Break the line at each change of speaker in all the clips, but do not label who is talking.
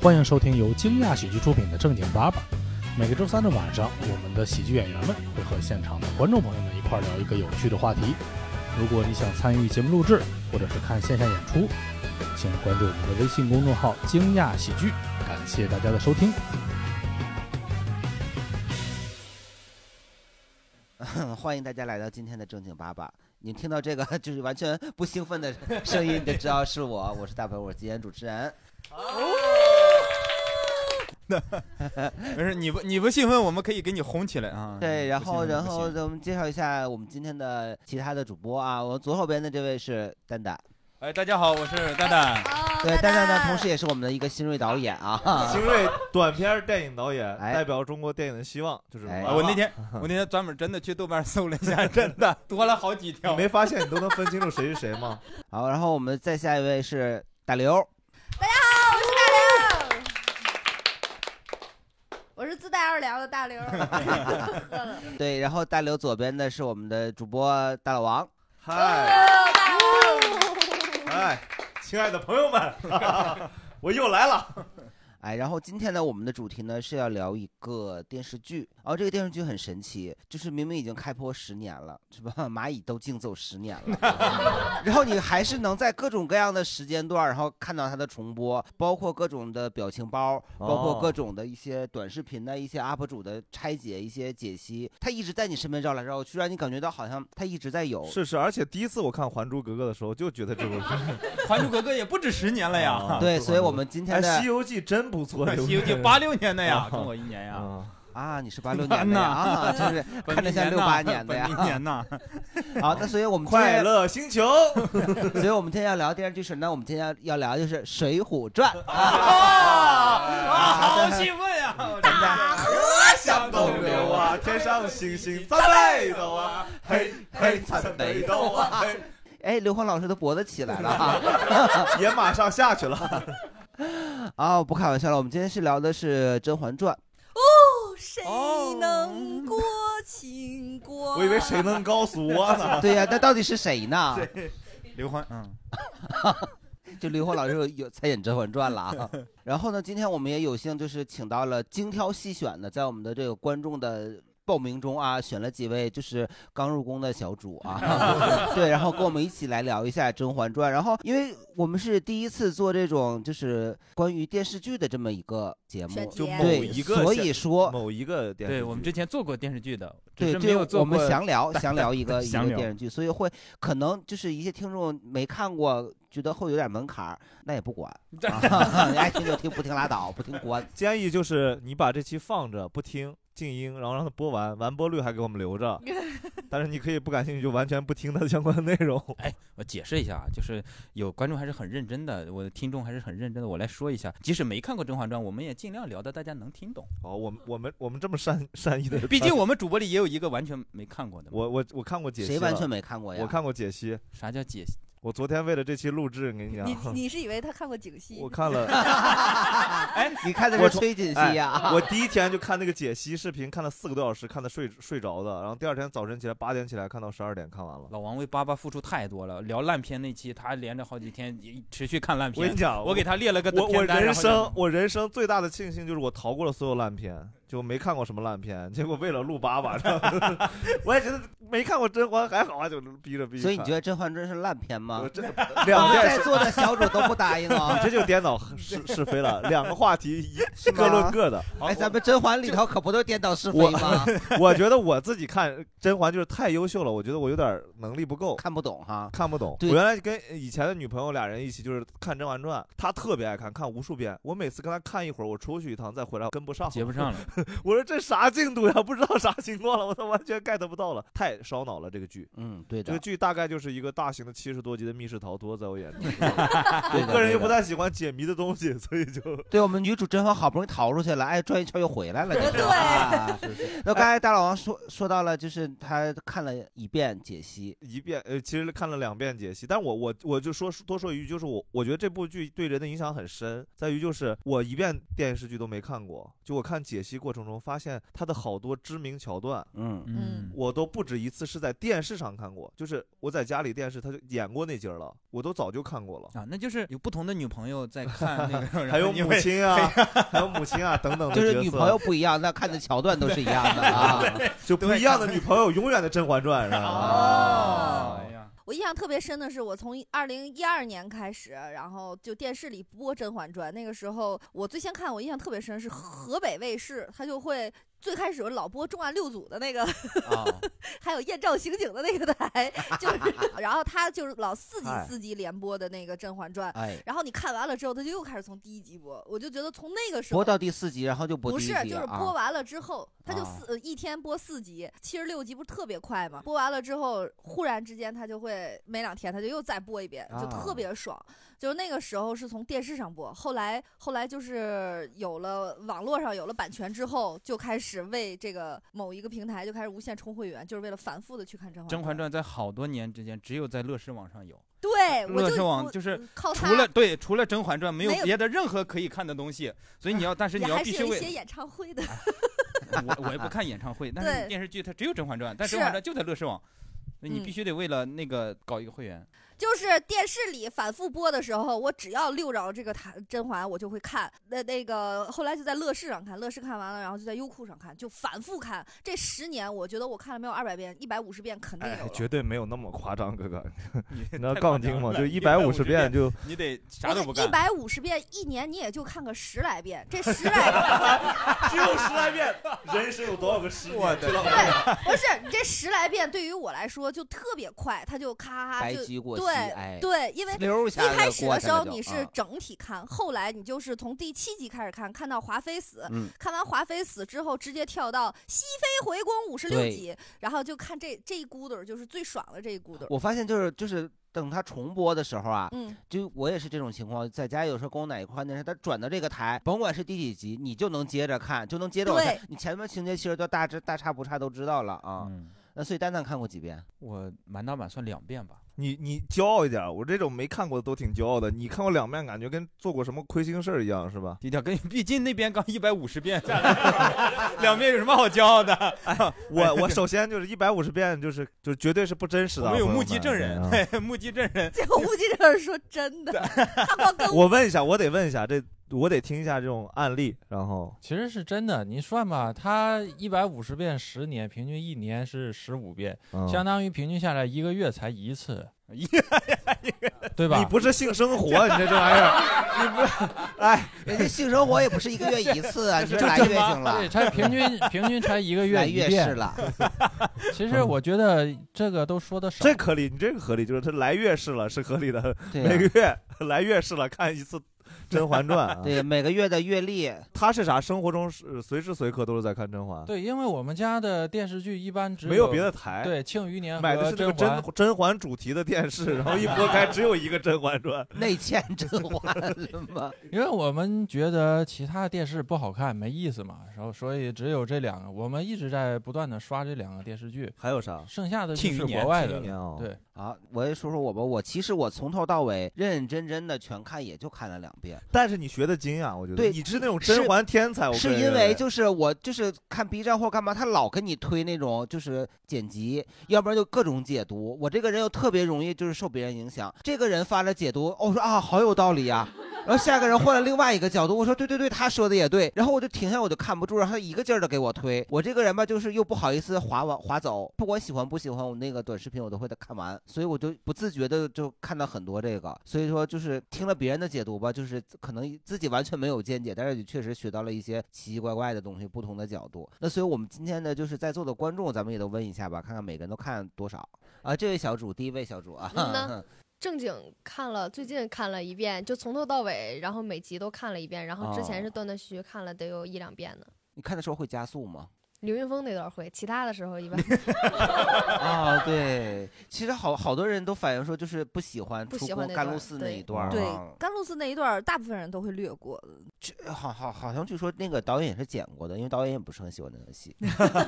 欢迎收听由惊讶喜剧出品的《正经八百》。每个周三的晚上，我们的喜剧演员们会和现场的观众朋友们一块儿聊一个有趣的话题。如果你想参与节目录制，或者是看线下演出，请关注我们的微信公众号“惊讶喜剧”。感谢大家的收听。
欢迎大家来到今天的正经八百。你听到这个 就是完全不兴奋的声音，你就知道是我，我是大鹏，我是今天主 持人。
没事，你不你不兴奋，我们可以给你哄起来
嗯
啊。
对，然
不
后
兴奋
然后
不兴奋
我们介绍一下我们今天的其他的主播啊。我左手边的这位是蛋蛋，
哎，大家好，我是蛋蛋，
对哦蛋蛋呢，同时也是我们的一个新锐导演 啊。
邢 瑞短片电影导演，
哎
代表中国电影的希望，就是
哎
王
啊
浪
我那天我那天专门真的去豆瓣搜了一下，真 的多了好几条
你。没发现你都能分清楚谁是谁吗？
好，然后我们再下一位是大刘，
我是自带二两的大刘。
对，然后大刘左边的是我们的主播大老王。
嗨嗨，哎亲爱的朋友们，我又来了。
哎，然后今天呢，我们的主题呢是要聊一个电视剧，然、后这个电视剧很神奇，就是明明已经开播十年了，是吧？ 蚂蚁都竞走十年了， 然后你还是能在各种各样的时间段，然后看到它的重播，包括各种的表情包，包括各
哦
种的一些短视频的一些 UP 主的拆解、一些解析，它一直在你身边绕来绕去，让你感觉到好像它一直在有。
是是，而且第一次我看《还珠格格》的时候，就觉得这部剧，
《还珠格格》也不止十 年了呀
啊，
对，所以我们今
哎，
天
《
的
西游记》真不错，
《
刘
西游记
震》
八六年的呀
哎啊，
跟我一年呀，
啊，
啊，你是八六
天
年的呀，
哪
啊，真是
本
看着
命
像
年
六
呐
八年的呀
本。命年呐，
好，那所以我们今 天
快乐星球，
所以我们今天要聊电视剧是，那我们今天要要聊就是《水浒传》 啊，
啊，好兴奋呀！
大
河向
东流啊，天上星星参北斗啊，嘿嘿参北斗啊，嘿
哎，刘欢老师的脖子起来了啊！
也马上下去了。
啊，我不开玩笑了，我们今天是聊的是《甄嬛传
谁
哦
能过秦国？
我以为谁能告诉我呢》。？
对呀、那到底是谁呢？
刘欢，嗯，
就刘欢老师有有参演《甄嬛传》了啊。然后呢，今天我们也有幸就是请到了精挑细选的，在我们的这个观众的。报名中啊，选了几位就是刚入宫的小主 啊，对，然后跟我们一起来聊一下《甄嬛传》。然后，因为我们是第一次做这种就是关于电视剧的这么一个节目
选，
就
题啊
啊
某
对，
一个
所
现
以说，
某一个电视剧，
对我们之前做过电视剧的，只
对，
是没有
就
做
我们
过。
想聊想聊一个一
想
个
聊
电视剧，所以会可能就是一些听众没看过，觉得会有点门槛儿，那也 不管，啊你爱听就听，不听拉倒，不听关。
建议就是你把这期放着不听。静音，然后让它播完，完播率还给我们留着。但是你可以不感兴趣就完全不听它的相关的内容。
哎我解释一下啊，就是有观众还是很认真的，我的听众还是很认真的。我来说一下，即使没看过《甄嬛传》，我们也尽量聊的大家能听懂。
哦，我们我们我们这么善 善意的 人，
毕竟我们主播里也有一个完全没看过的嘛。
我我我看过解析了，
谁完全没看过呀？
我看过解析。
啥叫解？
我昨天为了这期录制，跟你讲，
你 你是以为他看过景熙
我？看了，
你看的
哎我
是
从
崔槿
哎
汐呀？
我第一天就看那个解析视频，看了四个多小时，看的睡睡着的。然后第二天早晨起来八点起来看到十二点，看完了。
老王为爸爸付出太多了。聊烂片那期，他连着好几天持续看烂
我跟
片
你。讲，
我给他列了个
我我
片单
人
然后就
生我人生最大的庆幸就是我逃过了所有烂片，就没看过什么烂片。结果为了录八吧， 我也觉得没看过《甄嬛》还好啊，就是逼着逼着看。
所以你觉得《甄嬛传》是烂片吗
我？真的两件
在
事，
座的小主都不答应 啊
你！这就颠倒是是非了。两个话题一
吗
各论各的。
哎，咱们《甄嬛》里头可不都是颠倒是非
我
吗？
我觉得我自己看《甄嬛》就是太优秀了，我觉得我有点能力不够。
看不懂哈。
看不懂。我
对
原来跟以前的女朋友俩人一起，就是看《甄嬛传》，她特别爱看，看无数遍。我每次跟她看一会儿，我出去一趟再回来跟不上，
接不上了。
我说这啥进度呀？不知道啥情况了，我都完全 get 不到了，太烧脑了这个剧。
嗯，对
这
的
个，剧大概就是一个大型的七十多集的密室逃脱，在我眼 里，
对
我
的
个人又
对
不
的
太喜欢解谜的东西，所以就
对我们女主甄嬛好不容易逃出去了，哎，转一圈又回来了。就是
对
啊
是是
那刚才大老王说说到了，就是他看了一遍解析，
一遍呃，其实看了两遍解析。但我我我就说多说一句，就是我我觉得这部剧对人的影响很深，在于就是我一遍电视剧都没看过，就我看解析过程中，发现它的好多知名桥段，
嗯
嗯
我都不止一次是在电视上看过，就是我在家里电视它就演过那节儿了，我都早就看过了。
啊，那就是有不同的女朋友在
啊
看那 个，
还有
你
母
会
亲啊，还有母亲啊等等的
就
角色，
是女朋友不一样，那看的桥段都是一 样的啊。
就不一样的女朋友，永远的《甄嬛传》是吧
哦？哎呀，
我印象特别深的是，我从二零一二年开始，然后就电视里播《甄嬛传》。那个时候，我最先看，我印象特别深是河北卫视，它就会最开始老播《重案六组》的那个，
啊，
哦
还有《艳照刑警》的那个台，就是， 然后它就是老四集
哎
四集连播的那个《甄嬛传》。
哎，
然后你看完了之后，它就又开始从第一集播，我就觉得从那个时候
播到第四集，然后就播
不
第一
是，
集
就
了
是
啊
播完了之后，他就
啊
四、呃一天播四集，七十六集不是特别快吗？播完了之后，忽然之间他就会每两天他就又再播一遍，就
啊
特别爽。就是那个时候是从电视上播，后来后来就是有了网络上有了版权之后，就开始为这个某一个平台就开始无限充会员，就是为了反复的去看《甄嬛
《甄嬛传》在好多年之间，只有在乐视网上有，》。
对，我
乐
就
视网
我
就是
靠它
除了对，除了《甄嬛传》，没有
没有啊
别的任何可以看的东西，所以你要，但是
也
你要
还
必
是
须
有一
为
些演唱会的。
我我也不看演唱会，但是
对
电视剧它只有《甄嬛传》，但《
是
甄嬛传》就在乐视网，那你
嗯
必须得为了那个搞一个会员。
就是电视里反复播的时候，我只要溜着这个台甄嬛，我就会看。那那个后来就在乐视上看，乐视看完了，然后就在优酷上看，就反复看。这十年，我觉得我看了没有二百遍，一百五十遍肯定有
哎
了。，
绝对没有那么夸张，哥哥。
你
你知道
太
杠
夸
精
张
吗？
了
就一
150
百五十遍，就
你得啥都不
一
干。
百五十遍一年你也就看个十来遍， 这十来遍
只有十来遍，人生有多少个十年？
对，不是你这十来遍对于我来说就特别快，它就咔咔
白
就
驹过隙，
对
哎，
对，因为
溜一下
一
子
开始
过
的
去
时候
了就
你是
啊
整体看，后来你就是从第七集开始看，看到华妃死，
嗯
看完华妃死之后，直接跳到熹妃回宫五十六
对
集，然后就看这这一咕嘟儿，就是最爽的这一咕嘟儿。
我发现就是就是等他重播的时候啊，
嗯，
就我也是这种情况，在家有时候跟我奶一块看电视，他转到这个台，甭管是第几集，你就能接着看，就能接着往下
对
你前面情节其实都大致大差不差都知道了啊。
嗯，
那所以蛋蛋看过几遍？
我满打满算两遍吧。
你你骄傲一点，我这种没看过的都挺骄傲的。你看过两遍，感觉跟做过什么亏心事儿一样，是吧？
低调，跟毕竟那边刚一百五十遍下来，两遍有什么好骄傲 的？
哎我我首先就是一百五十遍，就是就绝对是不真实 的
我
啊。
们有
朋友
目击证人，
对啊
目击证人。
这个吴记者说真的，看过更
我问一下，我得问一下，这我得听一下这种案例，然后
其实是真的，你算吧，他啊一百五十遍十年，平均一年是十五遍，
嗯
相当于平均下来一个月才一 次，
一
对吧？
你不是性生活， 哦你这这玩意儿，你不是，哎，
人家性生活也不是一个月一 次啊，你这来
就
月经了
对，，才平 均平均才一个
来
月一
月事
遍。
了，
其实我觉得这个都说的少，
嗯这合理，你这个合理，就是他来月事了是合理的，
对
每
啊、
个月 来月事了看一次《甄嬛传》啊。
对每个月的月历，
他是啥？生活中是随时随刻都是在看《甄嬛》，
对，因为我们家的电视剧一般只
没有别的台。。
对《庆余年》
买的
和
是那个
甄
甄
嬛
《甄嬛》主题的电视，然后 一拨开只有一个《甄嬛传
内嵌甄嬛了 吗？
因为我们觉得其他电视不好看，没意思嘛，然后所以只有这两个，我们一直在不断的刷这两个电视剧，》，
还有啥？
剩下的就
庆余
是
年
国外
今
的了。
年哦，
对，
好，我也说说我吧。我其实我从头到尾认认真真的全看，也就看了两遍。
但是你学的精啊，我觉得
对
你是那种
是
甄嬛天才，我个
是
人
因
认
为就是我就是看 B 站或干嘛，他老给你推那种就是剪辑，要不然就各种解读。我这个人又特别容易就是受别人影响，这个人发了解读，哦、我说啊好有道理啊。然后下个人换了另外一个角度，我说对对对，他说的也对。然后我就停下，我就看不住，然后他一个劲儿的给我推。我这个人吧，就是又不好意思划完划走，不管喜欢不喜欢，我那个短视频我都会得看完，所以我就不自觉的就看到很多这个。所以说就是听了别人的解读吧，就是可能自己完全没有见解，但是也确实学到了一些奇奇怪怪的东西，不同的角度。那所以我们今天呢，就是在座的观众，咱们也都问一下吧，看看每个人都看多少啊？这位小主，第一位小主啊，
嗯呐 正经看了，最近看了一遍，就从头到尾，然后每集都看了一遍，然后之前
哦
是断断续续看了得有一两遍呢。
你看的时候会加速吗？
刘云峰那段会，其他的时候一般
啊，对，其实好好多人都反映说，就是不喜欢
不
出
喜
过
欢那
甘
段
露
儿
寺那
对
一段儿啊。
对，甘露寺那一段儿大部分人都会略过的。
这呃好好好像据说那个导演也是剪过的，因为导演也不是很喜欢那 段戏，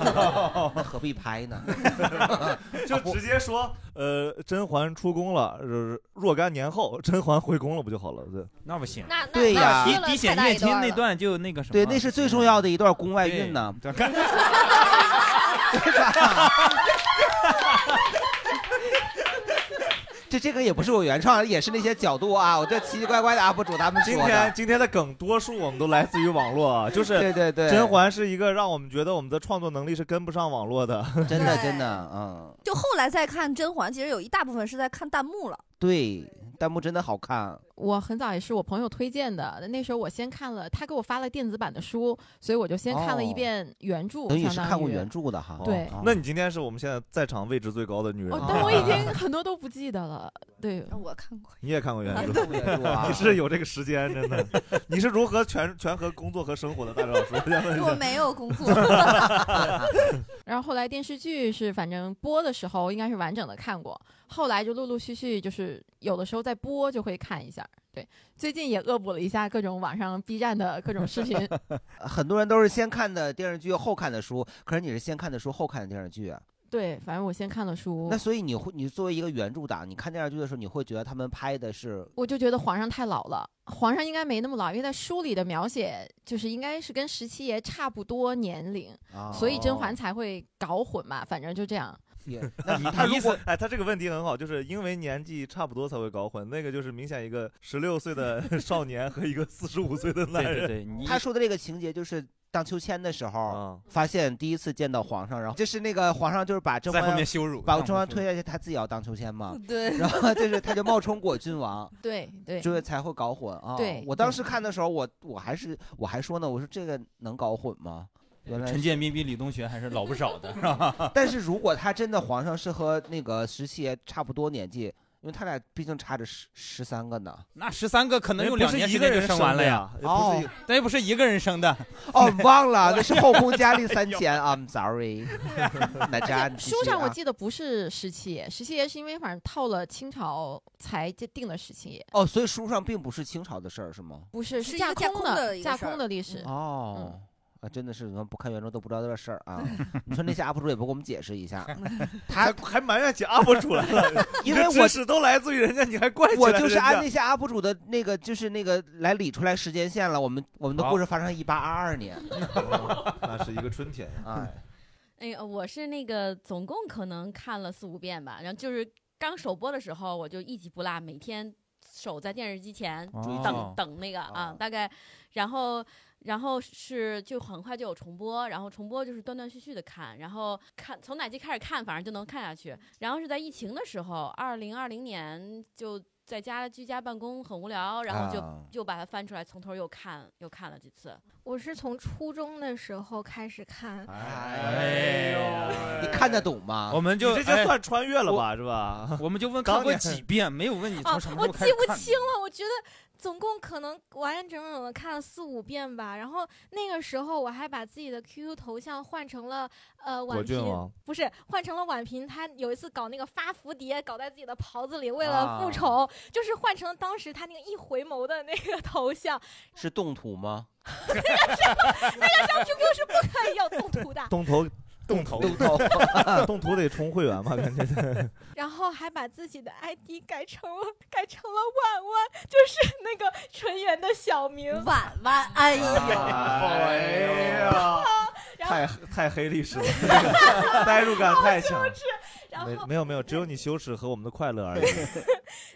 那何必拍呢？ 啊
就直接说，呃，甄嬛出宫了，呃若干年后甄嬛回宫了不就好了？对，
那不行。
那那
对
那
呀
说
滴
了
滴
太
血
大
验
一
亲
段
那
了
段就那个什么，
对，那是最重要的一段宫外孕呢。
对。对
这这个也不是我原创，也是那些角度啊，我这奇奇怪怪的 UP 主他们
今
说
天
的。
今天的梗多数我们都来自于网络啊，就是
对对对，
甄嬛是一个让我们觉得我们的创作能力是跟不上网络的。
真的
对
真的，嗯，
就后来再看甄嬛，其实有一大部分是在看弹幕了。
对，弹幕真的好看，
我很早也是我朋友推荐的，那时候我先看了，他给我发了电子版的书，所以我就先看了一
哦
遍原著，
等于
相
是
当
看过
于
原著的哈。
对
哦
那你今天是我们现在在场位置最高的女人
哦，
啊，
但我已 经很多都不记得了。对，
哦我看过，
你也看过原著。
看过原著啊，
你是有这个时间，真的？你是如何权权衡工作和生活的，大志老师？我想问一
我
下。
没有工 作。
然后后来电视剧是反正播的时候应该是完整的看过，后来就陆陆续续就是有的时候在播就会看一下。对，最近也恶补了一下各种网上 B 站的各种视 频。
很多人都是先看的电视剧后看的书，可是你是先看的书后看的电视剧啊。
对，反正我先看了
哦
书
那，所以你会，你作为一个原著党，你看电视剧的时候，你会觉得他们拍 的是
我就觉得皇上太老了。皇上应该没那么老，因为在书里的描写就是应该是跟十七爷差不多年龄，
啊，
所以甄嬛才会搞混嘛。反正就这样。
也 那
他
他
如
如
果
果
哎，他这个问题很好，就是因为年纪差不多才会搞混，那个就是明显一个十六岁 的少年和一个四十五岁的男
对对
人
对，你嗯
他说的这个情节就是荡秋千的时候，
啊。
发现第一次见到皇上，然后就是那个皇上就是把甄
在后
嬛
面羞辱，
把
在后
甄嬛
面羞
推
辱
下去，他自己要荡秋千 嘛，
对，
然后就是他就冒充果郡王。
对对，
所以才会搞混啊！
对
我当时看的时候，我我还是我还说呢，我说这个能搞混吗？原
哎
来
陈建斌比李东学还是老不少的，是吧？
但是如果他真的皇上是和那个十七爷差不多年纪，因为他俩毕竟差着十十三个呢。
那十三个可能
那
用
不
两
是
年
一
时
个
间就
人
生完了呀，
呀，也不是一
那又不是一个人生的，
哦，忘了，那是后宫佳丽三千。I'm 啊 sorry，哪吒，你继续
书上我
啊
记得不是十七爷，十七爷是因为反正套了清朝才就定的十七爷，
哦，所以书上并不是清朝的事儿是吗？
不是
是
是
一个
架
架
空
空的一个
架
事儿
空的历史。嗯
哦。啊，真的是你们不看原著都不知道这事儿 啊！你说那些 UP 主也不给我们解释一 下，他
还还埋怨起 UP 主来了，
因为
你这
我
知识都来自于人家，你还怪起
我
来
就
人
是
家
按那些 UP 主的那个，就是那个来理出来时间线了。我们我们的故事发生一八二二年，
那是一个春天。
哎，
那个我是那个总共可能看了四五遍吧，然后就是刚首播的时候我就一集不落，每天守在电视机前等等那个啊
哦，
大概，然后然后是就很快就有重播，然后重播就是断断续续的看，然后看从哪集开始看，反正就能看下去。然后是在疫情的时候，二零二零年就在家居家办公很无聊，然后就。
啊
就把它翻出来，从头又看，又看了几次。
我是从初中的时候开始看，
哎呦，你看得懂吗
我？们就
你这
哎
就算穿越了吧，是 吧？
我们就问
当
看过
年
几遍，没有问你
啊
从什，么
我
时候开
记
始
不
看
清
的。
了，我觉得总共可能完完整整的看了四五遍吧。然后那个时候我还把自己的 QQ 头像换成了呃
果
宛
郡
平，
王，。
不是换成了宛平。他有一次搞那个发蝴蝶，搞在自己的袍子里，为
啊
了复仇，就是换成了当时他那个一回眸的那个头像。
是动土吗？
那张 QQ 是不可以要动图的
动头动头
动土。
动头 得充会员吧？ 感觉
然后还把自己的 ID 改成了改成了万万，就是那个纯元的小名。
晚晚，哎呦，
哎 呀，
然后
太太黑历 史了，这个代入感太强。
啊
然
没
后
没有没有，只有你羞耻和我们的快乐 而已。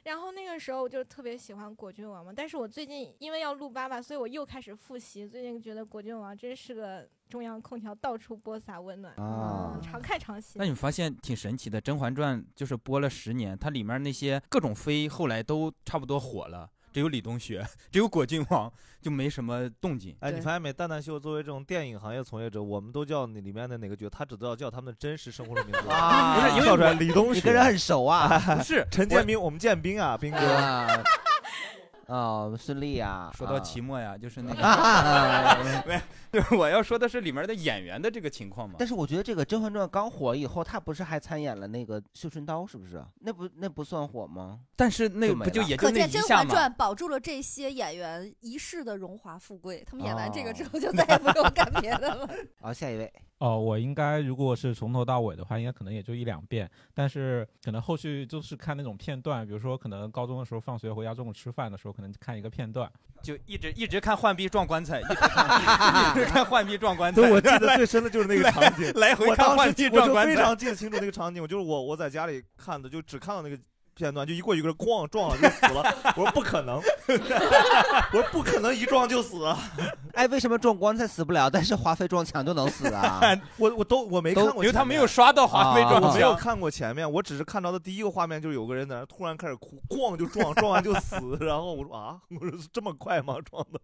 然后那个时候我就特别喜欢果郡王嘛，但是我最近因为要录八八，所以我又开始复习。最近觉得果郡王真是个中央空调，到处播撒温暖，
啊
嗯常看常新
那。你发现挺神奇的，《甄嬛传》就是播了十年，它里面那些各种妃后来都差不多火了，只有李东学， 只有果郡王就没什么动静。啊
哎，你
对
发现没？蛋蛋秀作为这种电影行业从业者，我们都叫你里面的哪个角，他只知道叫他们的真实生活的名字。
啊
不是因为出来李东学
你 跟人很熟啊，
不是啊
陈建斌，我们建斌啊，斌哥。
啊啊，孙俪呀，
说到
啊
期末呀，就是那
啊
个， 没，对，我要说的是里面的演员的这个情况嘛。
但是我觉得这个《甄嬛传》刚火以后，他不是还参演了那个《绣春刀》，是不是？那不那不算火吗？
但是那
就
个
没
不就
了
也就
可
那
见
一
《甄
下
嬛
嘛？
传》保住了这些演员一世的荣华富贵，他们演完这个之后就再也不用干别的了。
好，下一位，
哦，我应该如果是从头到尾的话，应该可能也就一两遍，但是可能后续就是看那种片段，比如说可能高中的时候放学回家中午吃饭的时候，可能看一个片段。
就一直一直看浣碧撞棺材，一直看一 直看浣碧撞棺材。，
对，我记得最深的就是那个场景
来回
我
看
当
浣
时
碧
记
撞
我
棺
就非
材
常记得清楚那个场景，就是我我在家里看的，就只看到那个片段，就一过一个人咣撞了就死了，我说不可能， 我说不可能一撞就死啊，
哎，为什么撞棺材死不了，但是华妃撞墙就能死 啊？
我我都我没看过，
因为他没有。刷到华妃
啊
撞
我没有
墙。
看过前面，我只是看到的第一个画面就是有个人在那突然开始哭，咣就撞，撞完就死。然后我说啊，我说这么快吗？撞的，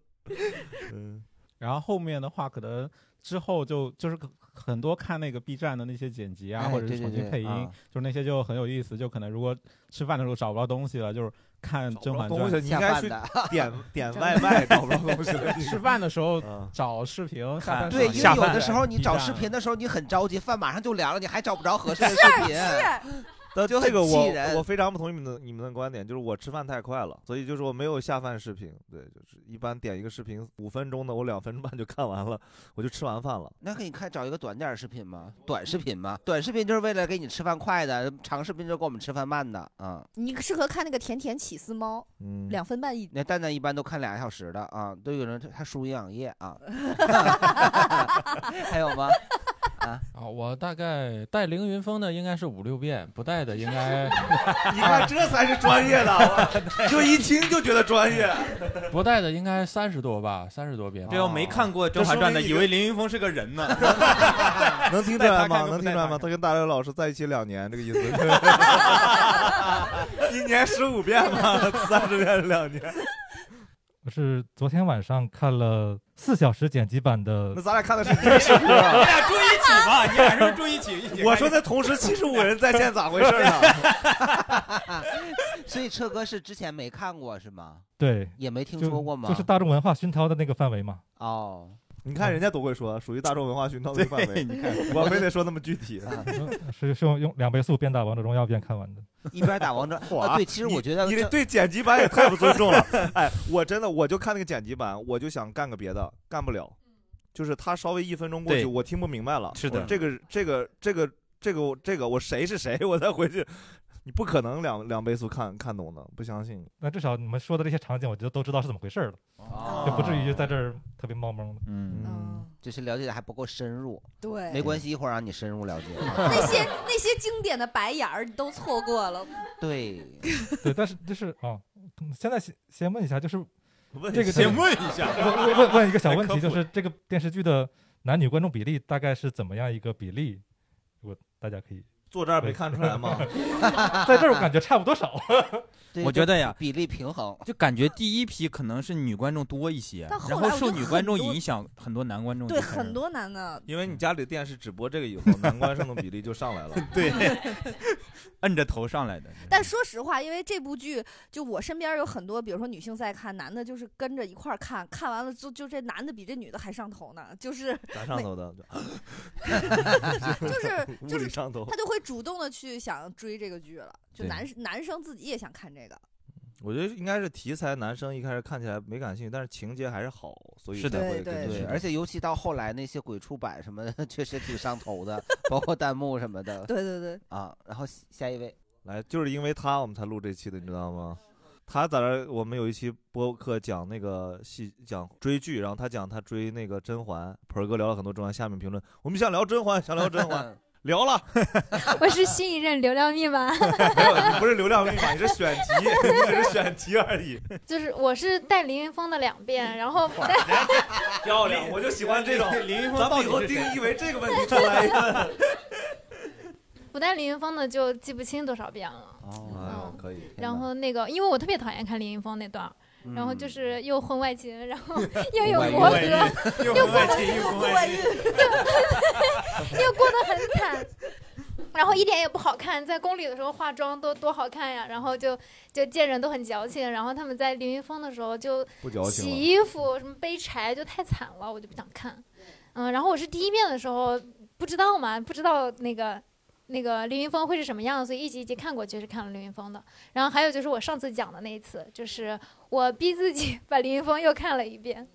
嗯，
然后后面的话，可能之后就就是可很多看那个 B 站的那些剪辑啊，
哎
或者
对
是
对
重新
对
配音，
啊
就是那些就很有意思。就可能如果吃饭的时候找不着东西了，就是看《
找
甄
不着
嬛
东
传
西，》。你应
下
该
饭
去
的，
点点外卖，找不着东西了。
吃饭的时候
啊，
找视频
看
看，
对，因为
下
有
饭
的时候你
B
找
站
视频的时候，你很着急，饭马上就凉了，你还找不着合适的视频，就
这
很
个
气
我
人
我。非常不同意你们的你们的观点，就是我吃饭太快了，所以就是我没有下饭视频，对，就是一般点一个视频五分钟的，我两分钟半就看完了，我就吃完饭了。
那可以看找一个短点儿视频吗？短视频吗？短视频就是为了给你吃饭快的，长视频就是给我们吃饭慢的啊。
你适合看那个《甜甜起司猫》，
嗯，
两分半一
那蛋蛋一般都看俩小时的啊，都有人他输营养液啊。 还有吗？
啊，我大概带凌云峰的应该是五六遍，不带的应该
你看这才是专业的， 我就一听就觉得专业。
不带的应该三十多吧，三十多遍吧。
这要没看
哦
过《甄嬛传》的，以为林云峰是个 人呢。
能听出来
哎带他
吗？
看
能听出来吗？他跟大刘老师在一起两年，这个 意思。一年十五遍吗？三十遍是两年。
我是昨天晚上看了四小时剪辑版的
那，咱俩 看的是一啊个视频。
你俩住一起吧，你俩是不是住一起？ 一起
我
看
说那同时七十五人在线咋回事呢？
所以车哥是之前没看过是吗？
对，
也没 听
就
说过吗？
就是大众文化熏陶的那个范围嘛。
哦，
你看人家多会说，属于大众文化熏陶的范
对，
围。
你看，
我非得说那么具体。，
嗯是是用用两倍速边打王者荣耀边看完的。
一边打王者
哇
啊对，其实我觉得
你这
这
对剪辑版也太不尊重了。哎，我真的我就看那个剪辑版，我就想干个别的，干不了。
嗯
就是他稍微一分钟过去，
对
我听不明白了。
是的
我这个这个这个这个这个我谁是谁，我再回去，你不可能两两倍速看看懂的，不相信。
那至少你们说的这些场景，我觉得都知道是怎么回事儿了，
哦
就不至于在这儿特别懵懵的。
嗯，
嗯，
就是了解的还不够深入，
对，
没关系，一会儿让你深入了解。啊
那些那些经典的白眼儿你都错过了，
对，
对，但是就是啊，嗯现在先先问一下，就是
问
这个
先问一下，
问问问问一个小问
科
题，
普
就是这个电视剧的男女观众比例大概是怎么样一个比例？如果大家可以
坐这儿没 看出来吗？
在这儿，我感觉差不 多少。
对
我觉得呀，
就比例平衡。
就感觉第一批可能是女观众多一些，
但后
然
来
后
我
受
觉得
女
很
观众
多
影响，很多男观众
对，
就开始
很多男的
因为你 家里电视只播这个以后，男观众的比例就上来了。
对， 摁着头上来的。
但说实话，因为这部剧，就我身边有很多，比如说女性在看，男的就是跟着一块儿看，看完了就就这男的比这女的还上头呢，就是
咱上头的，
就是
物
就
理
是
上头。
他就会主动的去想追这个剧了，就
对
男男生自己也想看这个，
我觉得应该是题材，男生一开始看起来没感兴趣，但是情节还是好，所以
是的
才会
对
跟
对
着
对，
去
而且尤其到后来那些鬼畜版什么的，呃确实挺上头的，包括弹幕什么的
对对对，
啊。然后下下一位，
来，就是因为他我们才录这期的，你知道吗？他在这儿，我们有一期播客讲那个戏，讲追剧，然后他讲他追那个甄嬛，盆儿哥聊了很多甄嬛，下面评论我们想聊甄嬛，想聊甄嬛， 聊了，
我是新一任流量密码，
没有，你不是流量密码，你是选题，你只是选题而已。
就是我是带林云峰的两遍，然后但
漂亮，我就喜欢这种。
林云峰
咱
到
们以后
底是
定
谁？
义为这个问题出来 一个。
不带林云峰的就记不清多少遍了。
哦，
哎呦，可以。
然后那个，因为我特别讨厌看林云峰那段儿，然后就
嗯
是又婚外情，然 后又
婚
有
外
国
孕
歌，
又婚外情，又婚外情。
又过得很惨。
然后一点也不好看，在宫里的时候化妆多多好看呀，然后就就见人都很矫情，然后他们在凌云峰的时候就
不矫情
洗
了
衣服什么背柴就太惨了，我就不想看。嗯，然后我是第一遍的时候不知道嘛，不知道那个那个凌云峰会是什么样，所以一集一集看过去是看了凌云峰的。然后还有就是我上次讲的那一次，就是我逼自己 把凌云峰又看了一遍。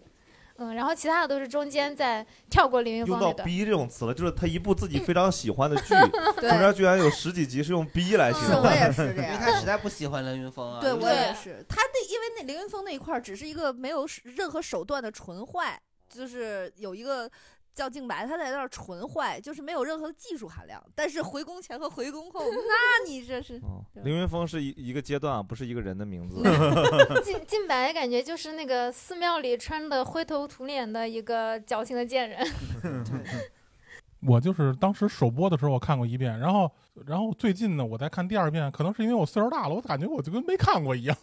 嗯，然后其他的都是中间在跳过凌云峰
用
那
到“
段。
逼”这种词了，就是他一部自己非常喜欢的 剧，
对
中间居然有十几集是用“逼”
嗯
来形容。
我也是这
因为
样
他实在不喜欢凌云峰啊。
对
就是
我也是，他那因为那凌云峰那一块儿只是一个没有手任何手段的纯坏，就是有一个叫静白，他在那儿纯坏，就是没有任何的技术含量。但是回宫前和回宫 后，那你这是
凌云峰是一一个阶段啊，不是一个人的 名字。
近近白感觉就是那个寺庙里穿的灰头土脸的一个矫情的贱人。
我就是当时首播的时候我看过一遍，然后然后最近呢我在看第二遍，可能是因为我岁数大了，我感觉我就跟没看过一样，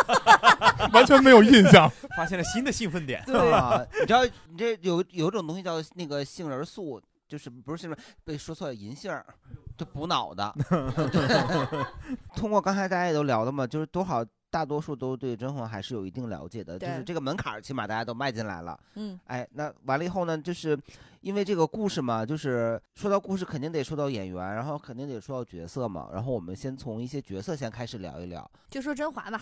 完全没有印象。
发现了新的兴奋点。
对啊，你知道你这有有一种东西叫那个杏仁素，就是不是杏仁，被说错了，银杏儿，就补脑的。 对通过刚才大家也都聊的嘛，就是多少大多数都对甄嬛还是有一定了解的，就
对
是这个门槛儿起码大家都迈进来了。
嗯
哎，那完了以后呢，就是因为这个故事嘛，就是说到故事肯定得说到演员，然后肯定得说到角色嘛，然后我们先从一些角色先开始聊一聊。
就说甄嬛吧，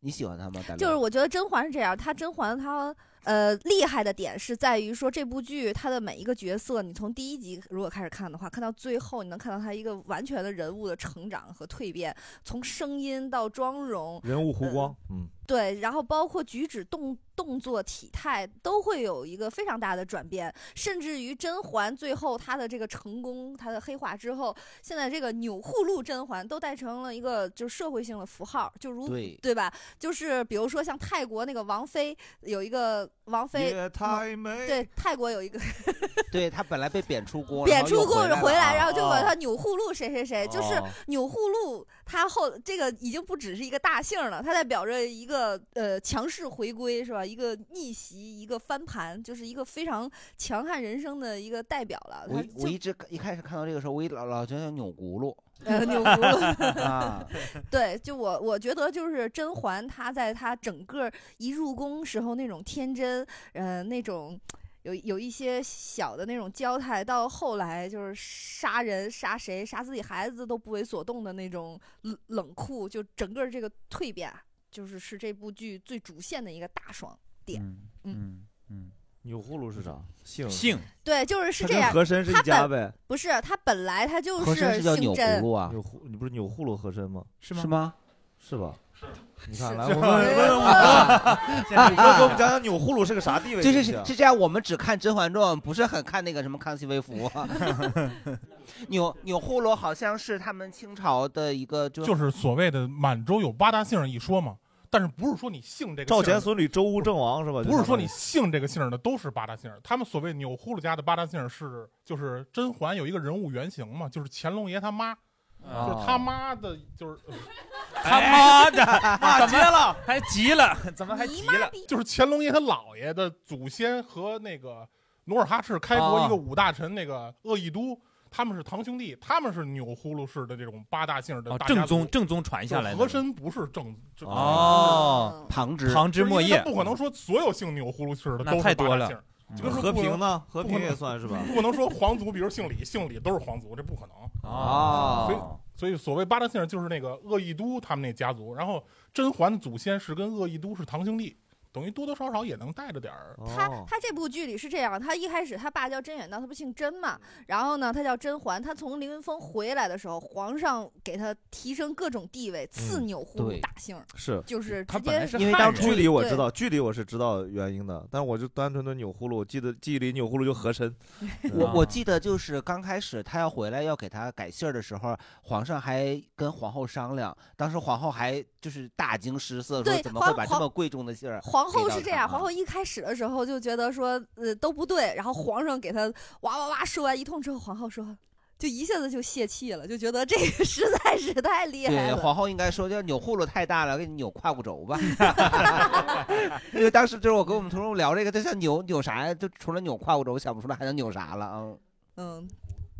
你喜欢他吗？大刘
就是我觉得甄嬛是这样，她甄嬛她呃厉害的点是在于说这部剧她的每一个角色，你从第一集如果开始看的话，看到最后你能看到她一个完全的人物的成长和蜕变，从声音到妆容，
人物弧光，嗯，
对，然后包括举止、动动作、体态都会有一个非常大的转变，甚至于甄嬛最后她的这个成功，她的黑化之后，现在这个钮祜禄甄嬛都带成了一个就是社会性的符号，就如
对
吧？就是比如说像泰国那个王妃有一个王妃，
也太
美对泰国有一个
对他本来被贬出 宫，
贬出宫
宫回
回来，
了
然后就
哦
管他钮祜禄谁谁谁，就是
哦
钮祜禄，他后这个已经不只是一个大姓了，他代表着一个呃强势回归是吧？一个逆袭，一个翻盘，就是一个非常强悍人生的一个代表了。
我
他
一我一直一开始看到这个时候，我一老老觉得扭轱辘，
呃钮轱辘
啊，
对，就我我觉得就是甄嬛，她在她整个一入宫时候那种天真，呃，那种有有一些小的那种娇态，到后来就是杀人、杀谁、杀自己孩子都不为所动的那种冷冷酷，就整个这个蜕变啊，就是是这部剧最主线的一个大爽点。
嗯嗯，
钮祜禄是啥？姓
姓
对，就是是
他
这
跟
样。
和珅是一
她
家
本
呗？
不是，他本来他就
和珅
是
叫
姓
钮
甄
祜。禄啊？钮祜你不是钮祜禄和珅吗？
是
吗是吗？
是吧？是。你看，
是
来，
是
我们 问问武
啊
哥，现在武哥给我们讲讲钮祜禄是个啥地位？
就是
行
是
不
是
行
这样，我们只看《甄嬛传》，不是很看那个什么《康熙微 服》。钮钮祜禄好像是他们清朝的一个，就
就是所谓的满洲有八大姓儿一说嘛，但是不是说你姓这个
赵
姓儿
钱孙李周吴郑王是吧？
不是说
就
你姓这个姓儿的都是八大姓儿，他们所谓钮祜禄家的八大姓儿是就是甄嬛有一个人物原型嘛，就是乾隆爷他妈，
啊
就是他妈的， 就是
他妈的骂街 了，哎还急了，怎么还急了？
就是乾隆爷他姥爷的祖先和那个努尔哈赤开国一个
哦
五大臣那个鄂义都。他们是堂兄弟，他们是钮祜禄氏的这种八大姓儿的
哦
大家族、
正宗正宗传下来的
就和珅不是正正
嗯
哦旁枝旁枝
就是因为
末叶
他不可能说所有姓钮祜禄氏的
那
都是
太
八大
多了
姓儿
嗯
就跟说
和
不可能
平呢
不可
和平
能
也算是吧
不能说皇族，比如姓李，姓李都是皇族，这不可能
哦
所以所以所谓八大姓儿就是那个鄂义都他们那家族，然后甄嬛的祖先是跟鄂义都是堂兄弟，等于多多少少也能带着点儿。
哦
他
哦
他这部剧里是这样，他一开始他爸叫甄远道，他不姓甄嘛，
嗯
然后呢，他叫甄嬛。他从凌云峰回来的时候，皇上给他提升各种地位，赐钮祜禄
嗯对
大姓儿，
是
就是直接
因为当
初
剧里我知道，剧里我是知道原因的，但我就单纯的钮祜禄，我记得记忆里钮祜禄就 和珅。
我我记得就是刚开始他要回来要给他改姓儿的时候，皇上还跟皇后商量，当时皇后还就是大惊失色，说
对
怎么
皇
会把这
皇
么贵重的姓儿
皇后
给到
是这
他
样，
啊
皇后一开始的时候就觉得说，呃，都不对，
嗯
然后皇上给她哇哇哇说完一通之后，皇后说，就一下子就泄气了，就觉得这个实在是太厉害
对，
了。
皇后应该说叫钮祜禄太大了，给你扭胯骨 轴吧。 因为当时就是我跟我们同事聊这个，他像扭扭啥呀？就除了扭胯骨轴，想不出来还能扭啥了啊。
嗯，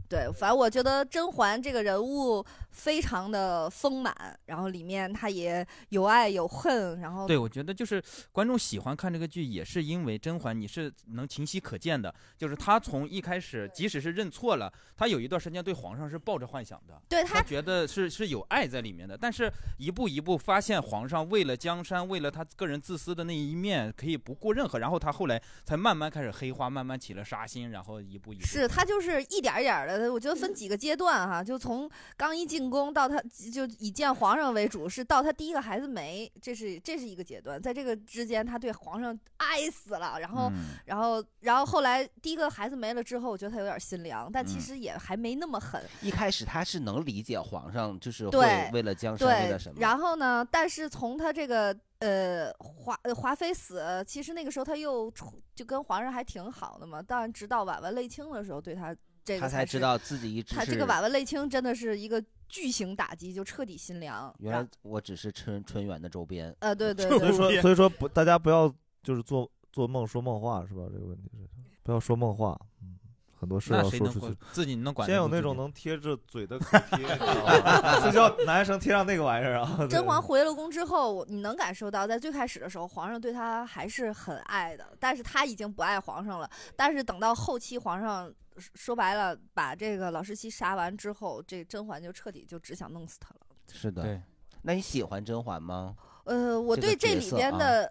对，反正我觉得甄嬛这个人物非常的丰满，然后里面她也有爱有恨，然后
对，我觉得就是观众喜欢看这个剧，也是因为甄嬛你是能清晰可见的，就是她从一开始，即使是认错了，她有一段时间对皇上是抱着幻想的，
对
她觉得是是有爱在里面的，但是一步一步发现皇上为了江山，为了他个人自私的那一面，可以不顾任何，然后她后来才慢慢开始黑化，慢慢起了杀心，然后一步一步
是她就是一点儿一点儿的，我觉得分几个阶段哈、就从刚一进宫到她就以见皇上为主，是到她第一个孩子没，这是这是一个阶段，在这个之间，她对皇上爱死了，然后、
嗯
然后然后后来第一个孩子没了之后，我觉得她有点心凉，但其
嗯
实也还没那么狠，
一开始他是能理解皇上就是
对
会为了江山
对，
为了什么，
然后呢，但是从他这个呃华呃华妃死，其实那个时候他又处就跟皇上还挺好的嘛。当然，直到婉婉泪清的时候，对他这个
他才
是
知道自己一直
他这个
是
婉婉泪清真的是一个巨型打击，就彻底心凉。
原来我只是春春园的周边。
呃对 对
所以
对
说所以说不，大家不要就是做做梦说梦话是吧？这个问题是不要说梦话，嗯，很多事
那
要
谁
说
能
出
管
去。
自己能管
先
得
有
住
那
自
种
己
能贴着嘴的 口贴，你知道吗这叫男生贴上那个玩意儿 啊。
甄嬛回了宫之后，我你能感受到，在最开始的时候，皇上对她还是很爱的，但是她已经不爱皇上了。但是等到后期，皇上说说白了，把这个老十七杀完之后，这甄嬛就彻底就只想弄死他了。
是的，那你喜欢甄嬛吗？
呃，我
这
对
个角
这里
色
边
啊
的，呃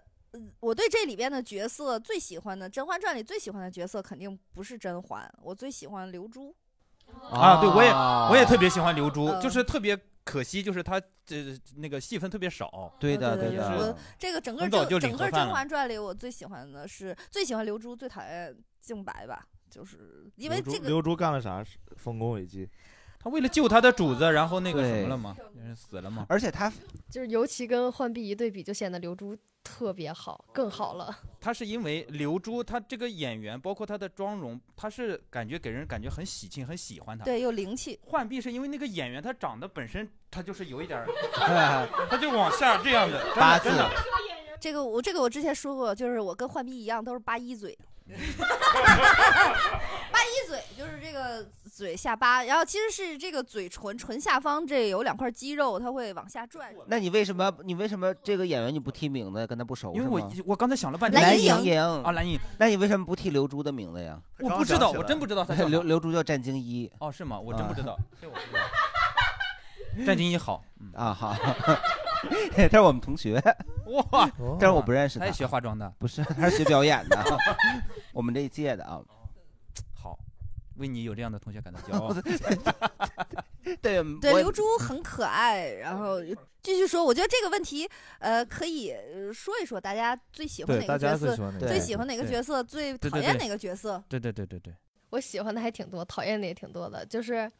我对这里边的角色最喜欢的，《甄嬛传》里最喜欢的角色肯定不是甄嬛，我最喜欢刘珠。
啊，对我也
啊
我也特别喜欢刘珠，
嗯
就是特别可惜，就是她这那个戏份特别少。
对的
嗯对
对
也是
嗯
我这个整个
嗯很早就
甄整个
领盒
《
饭
甄
了
嬛传》里，我最喜欢的是最喜欢刘珠，最讨厌静白吧，就是因为
刘珠
这个
刘珠干了啥事丰功伟绩？
她为了救她的主子，然后那个什
对
么了嘛，人死了嘛。
而且她
就是尤其跟浣碧一对比，就显得刘珠特别好，更好了。
她是因为刘珠，她这个演员，包括她的妆容，她是感觉给人感觉很喜庆，很喜欢她。
对，又灵气。
浣碧是因为那个演员，她长得本身她就是有一 点儿
哎，
她就往下这样的
八
真的真的
这个我这个我之前说过，就是我跟浣碧一样，都是八一嘴。八一嘴就是这个嘴下巴，然后其实是这个嘴唇唇下方这有两块肌肉，它会往下转。
那你为什么你为什么这个演员你不提名字，跟他不熟？
因为我我刚才想了半
天蓝
蓝
盈
盈
莹
啊，蓝盈，
那你为什么不提刘珠的名字呀？
我不知道我真不知道她叫啥
刘刘珠叫战京一。
哦，是吗？我真不知道
啊。
这我不知道战金一好 嗯
啊，好，他是我们同学，
哇
但是我不认识
他
他。
也学化妆的
不是，他是学表演的， 我们这一届的啊。
好，为你有这样的同学感到骄傲。
啊
对
对，
我
刘珠很可爱。然后继续说，我觉得这个问题，呃，可以呃说一说大家最喜欢
对
哪个
大
角
家
色
最喜欢哪，
最喜欢哪
个角色
个
对
角色，最
对
讨
对
厌
对
哪个角色。
对对对对对，
我喜欢的还挺多，讨厌的也挺多的， 就是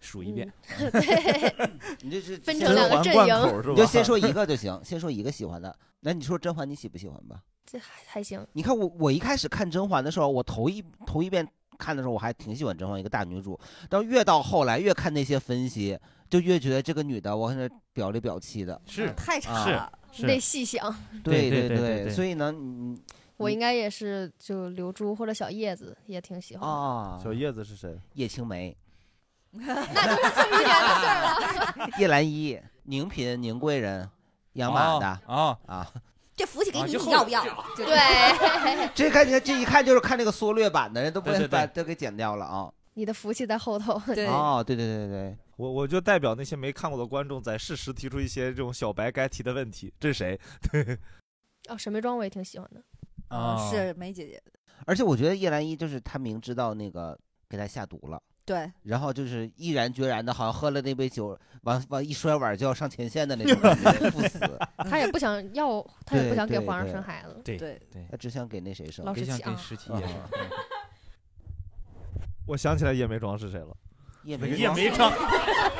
数一遍。
对，
你这是
分成两个阵营，
你就先说一个就行，先说一个喜欢的。那你说甄嬛，你喜不喜欢吧？
这还还行。
你看我，我一开始看甄嬛的时候，我头一头一遍看的时候，我还挺喜欢甄嬛一个大女主。但越到后来，越看那些分析，就越觉得这个女的，我看着表里表气的，
是
太
啊
差了，你得细想。
对
对对对
对，
对
所以呢，你
我应该也是就刘珠或者小叶子也挺喜欢的，
哦
啊，
小叶子是谁？
叶青梅、
那就是这么远的事
啊
儿了。
叶澜依、宁嫔、宁贵人、养马的
啊
啊，
这福气给
啊
你，
就
你
后
要不要？就
对
这看起来这一看就是看这个缩略版的人都不
对
会
对对
把都给剪掉了啊。
你的福气在后头。 对
哦，对对对对
我我就代表那些没看过的观众，在适时提出一些这种小白该提的问题。这是 谁？对，
哦，沈眉庄我也挺喜欢的。
哦
啊
哦是梅姐姐。
而且我觉得叶澜依就是她明知道那个给她下毒了。
对，
然后就是毅然决然的，好像喝了那杯酒，完完一摔碗就要上前线的那种感觉，赴死。
她也不想要，她也不想给皇上生孩子。
对
对
对，他只想给那谁生，
老十七啊
啊
我想起来叶眉庄是谁了。
叶
那个
叶眉庄，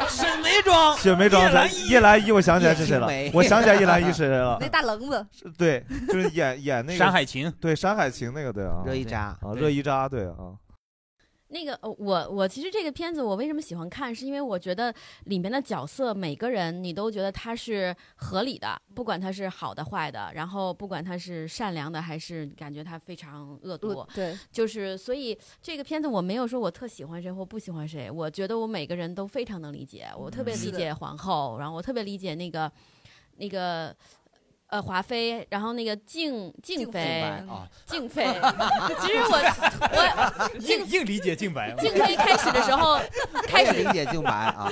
沈眉
哦
庄，
雪梅庄
叶澜依
是叶澜依，我想起来是谁了
叶青梅。
我想起来叶澜依是谁了
那。大棱子，
对，就是演演那个
山海情，
对《山海情》那个对啊，
热依扎，
啊，热依扎对啊，
那个呃我我其实这个片子我为什么喜欢看，是因为我觉得里面的角色每个人你都觉得他是合理的，不管他是好的坏的，然后不管他是善良的还是感觉他非常恶毒，
恶对
就是所以这个片子我没有说我特喜欢谁或不喜欢谁，我觉得我每个人都非常能理解，我特别
嗯
理
是的
解皇后，然后我特别理解那个那个。呃，华妃，然后那个静静 妃哦
白啊，
静 妃，其实我我
硬硬理解静白，
静妃开始的时候 开
我也
始
理解静白 啊，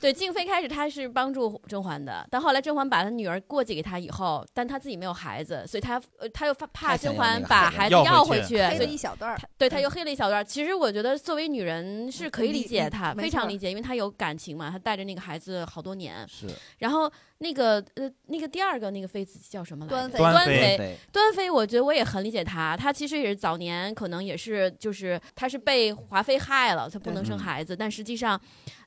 对静妃开始她是帮助甄嬛的，但后来甄嬛把她女儿过继给她以后，但她自己没有孩子，所以她呃她又怕怕甄嬛把孩子要回去，
黑
所
了
以
一小段儿，
对她又黑了一小段儿。其实我觉得作为女人是可以理解她，
嗯没
非常
错
理解，因为她有感情嘛，她带着那个孩子好多年。
是
然后那个呃，那个第二个那个妃子叫什么来着？
端妃
端
端
妃
妃，
端妃，我觉得我也很理解她。她其实也是早年可能也是就是她是被华妃害了，她不能
对
生孩子，但实际上，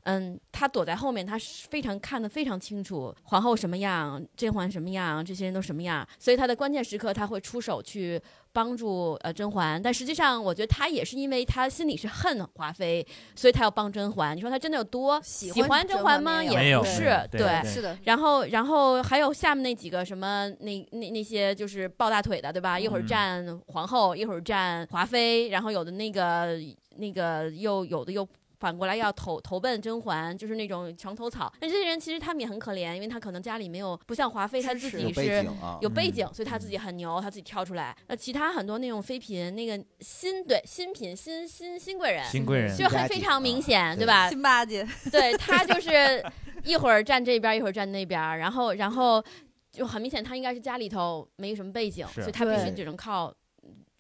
嗯，她躲在后面，她是非常看得非常清楚皇后什么样，甄嬛什么样，这些人都什么样，所以她的关键时刻她会出手去。帮助呃甄嬛，但实际上我觉得她也是因为她心里是恨华妃，所以她要帮甄嬛。你说她真的有多喜
欢
欢甄
甄
嬛
嬛
吗？
没
也
有没有
不是
嗯，对对是的
然后，然后还有下面那几个什么那那那些就是抱大腿的，对吧？一会儿
嗯
站皇后，一会儿站呃华妃，然后有的那个那个又有的又。反过来要投投奔甄嬛，就是那种墙头草。那这些人其实他们也很可怜，因为他可能家里没有，不像华妃，他自
持
己
有背
是
景啊
有背
嗯
景，所以他自己很牛，他自己跳出来。那其他很多那种妃嫔，那个新对新嫔新新新贵人，
新贵人
就
新八
很
姐
非常明
啊
显，
对
对吧？
辛巴姐，
对他就是一会儿站这边儿，一会儿站那边儿，然后然后就很明显，他应该是家里头没什么背景，
是
所以他必须
对
只能靠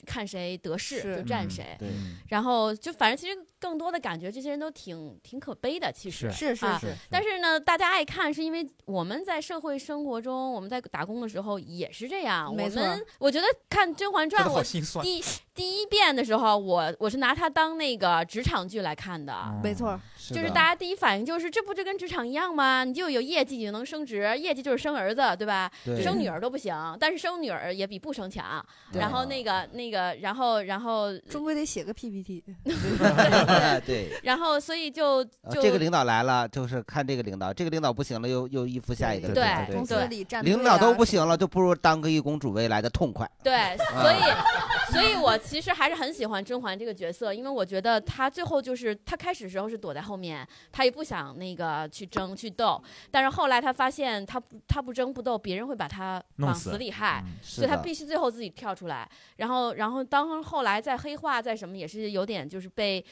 看谁得势
是
就站
嗯
谁。
对
然后就反正其实更多的感觉，这些人都挺挺可悲的，其实
是是嗯是
啊
是是
但是呢，大家爱看是因为我们在社会生活中，我们在打工的时候也是这样。我
没错
们我觉得看《甄嬛传
觉》，得好
我
心酸
第第一遍的时候，我我是拿它当那个职场剧来看的，
嗯
没错，
就大家第一反应就是这不就跟职场一样吗？你就有业绩，你就能升职，业绩就是生儿子，对吧？
对
生女儿都不行，但是生女儿也比不生强。
对
然后那个那个，然后然后
终归得写个 PPT。
对。
然后所以就
啊
就、
这个领导来了，就是看这个领导，这个领导不行了，又又一副下一个领导。
对
对
公司
对
里站队
领导都
啊
不行了，就不如当个一公主位来的痛快。
嗯
对，所以，所以我其实还是很喜欢甄嬛这个角色，因为我觉得她最后就是她开始时候是躲在后面，她也不想那个去争去斗，但是后来她发现她不她不争不斗，别人会把她
弄
往
死嗯
死里害，
是
所以她
的
必须最后自己跳出来。然后，然后当后来在黑化在什么也是有点就是被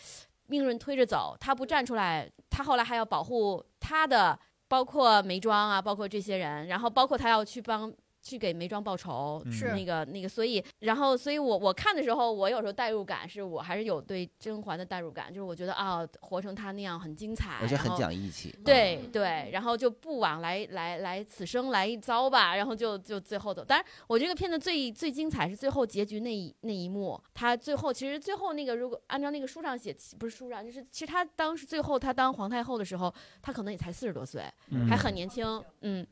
命运推着走，她不站出来，她后来还要保护她的。包括眉庄啊，包括这些人，然后包括她要去帮去给眉庄报仇，
嗯是
那个那个，所以然后所以我我看的时候，我有时候代入感是我还是有对甄嬛的代入感，就是我觉得啊、活成她那样很精彩，
而且很
然后
讲义气
对
嗯
对，然后就不枉来来来此生来一遭吧，然后就就最后走。当然，我这个片子最最精彩是最后结局那一那一幕，他最后其实最后那个如果按照那个书上写，不是书上，就是其实他当时最后他当皇太后的时候，他可能也才四十多岁，还很
嗯
年轻，嗯。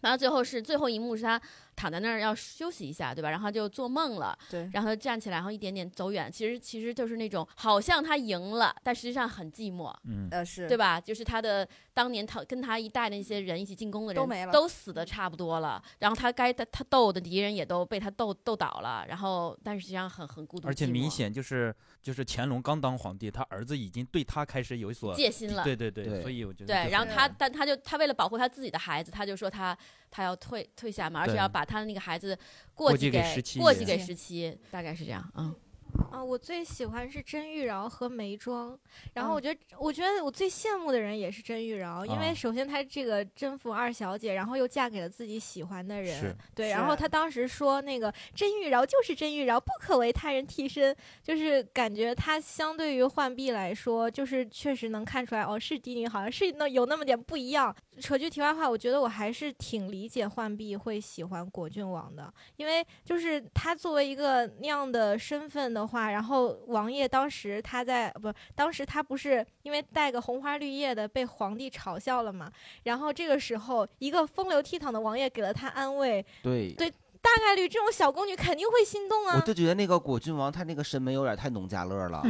然后最后是最后一幕是他躺在那儿要休息一下，对吧？然后就做梦了，
对
然后站起来，然后一点点走远。其实其实就是那种好像他赢了，但实际上很寂寞，
嗯呃是
对吧？就是他的当年他跟他一代那些人一起进攻的人
都没了
都死的差不多了。然后他该他他斗的敌人也都被他斗斗倒了，然后但是实际上很很孤独，
而且
寂寞
明显就是就是乾隆刚当皇帝，他儿子已经对他开始有所
戒心了
对对对，
对
所以我觉得
对，
就
然后
很
他但他就他为了保护他自己的孩子，他就说他他要退退下嘛，而且
对
要把他的那个孩子
过
继
继给
给
17
过
人
继给十七，大概是这样，嗯。
啊，我最喜欢是甄玉娆和眉庄，然后我
嗯
觉得，我觉得我最羡慕的人也是甄玉娆，因
啊
为首先她这个征服二小姐，然后又嫁给了自己喜欢的
是
人，对，
是
然后她当时说那个甄玉娆就是甄玉娆，不可为他人替身，就是感觉她相对于浣碧来说，就是确实能看出来，哦，是嫡女，好像是那有那么点不一样。扯句题外话，我觉得我还是挺理解浣碧会喜欢果郡王的，因为就是他作为一个那样的身份的话，然后王爷当时他在不，当时他不是因为带个红花绿叶的被皇帝嘲笑了嘛？然后这个时候，一个风流倜傥的王爷给了他安慰，
对
对大概率这种小宫女肯定会心动
我
啊。
就觉得那个果郡王他那个审美有点太农家乐 了，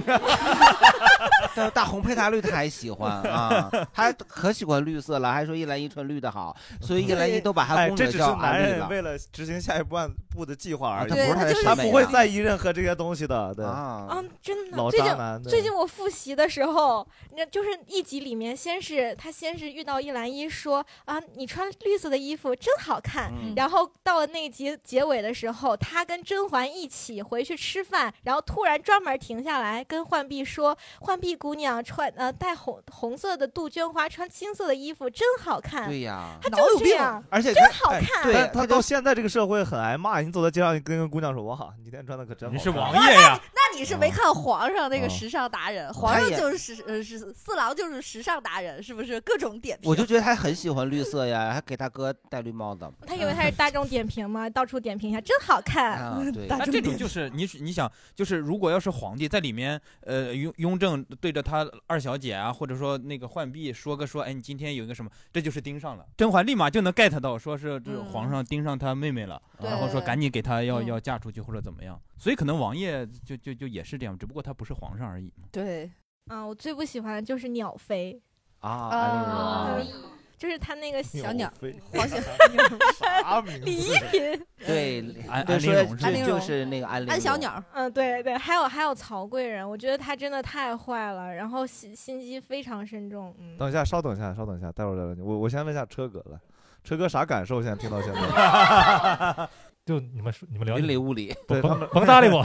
但是大红配大绿他还喜欢啊，他可喜欢绿色了，还说一兰一穿绿的好，所以一兰一都把他
哎
公主
这只是
叫安
男
利
人
了。
为了执行下一步按步的计划而已，
啊他不是他的
他
审美
不会
啊
在意任何这些东西的，对
啊
嗯，真的，
老
最
渣
近
男对
最近我复习的时候，那就是一集里面，先是他先是遇到一兰一说啊，你穿绿色的衣服真好看，
嗯
然后到了那集结尾的时候，他跟甄嬛一起回去吃饭，然后突然专门停下来跟浣碧说，浣碧姑娘穿呃带红红色的杜鹃花，穿青色的衣服真好看，
对呀
他
脑
就
有
是这
病啊
样，
而且
真
他
好
哎
看，
但他到现在这个社会很挨骂，你走在街上，你跟个姑娘说：“哇，你今天穿的可真好。”啊你是王
爷
呀？
那你是没看皇上那
啊
个时尚达人，皇上
也
就是时呃是四郎就是时尚达人，是不是？各种点评。
我就觉得他很喜欢绿色呀，还给他哥戴绿帽子。
他以为他是大众点评吗？到处点评一下，真好看。
啊 对
那这种就是你你想，就是如果要是皇帝在里面，呃，雍雍正对着他二小姐啊，或者说那个浣碧说个说，哎，你今天有一个什么，这就是盯上了。甄嬛立马就能 get 到，说是这皇上盯上他妹妹了，
嗯对
然后说赶紧给他要
嗯
要嫁出去或者怎么样。所以可能王爷就就就也是这样，只不过他不是皇上而已嘛。
对，
嗯，我最不喜欢的就是鸟飞，
啊，哎
啊
安陵容
就是他那个
小鸟
飞
黄 小
啥 名字
李一品，
对，
安
对
安陵
说
容是
这
吗
就是那个 安陵容，
鸟，
嗯，对对，还有还有曹贵人，我觉得他真的太坏了，然后心心机非常深重，嗯，
等一下，稍等一下，稍等一下，待会儿再问你。我我先问一下车哥来，车哥啥感受？现在听到现在，
就你们说你们聊
云里雾里
甭
对他们
甭搭理我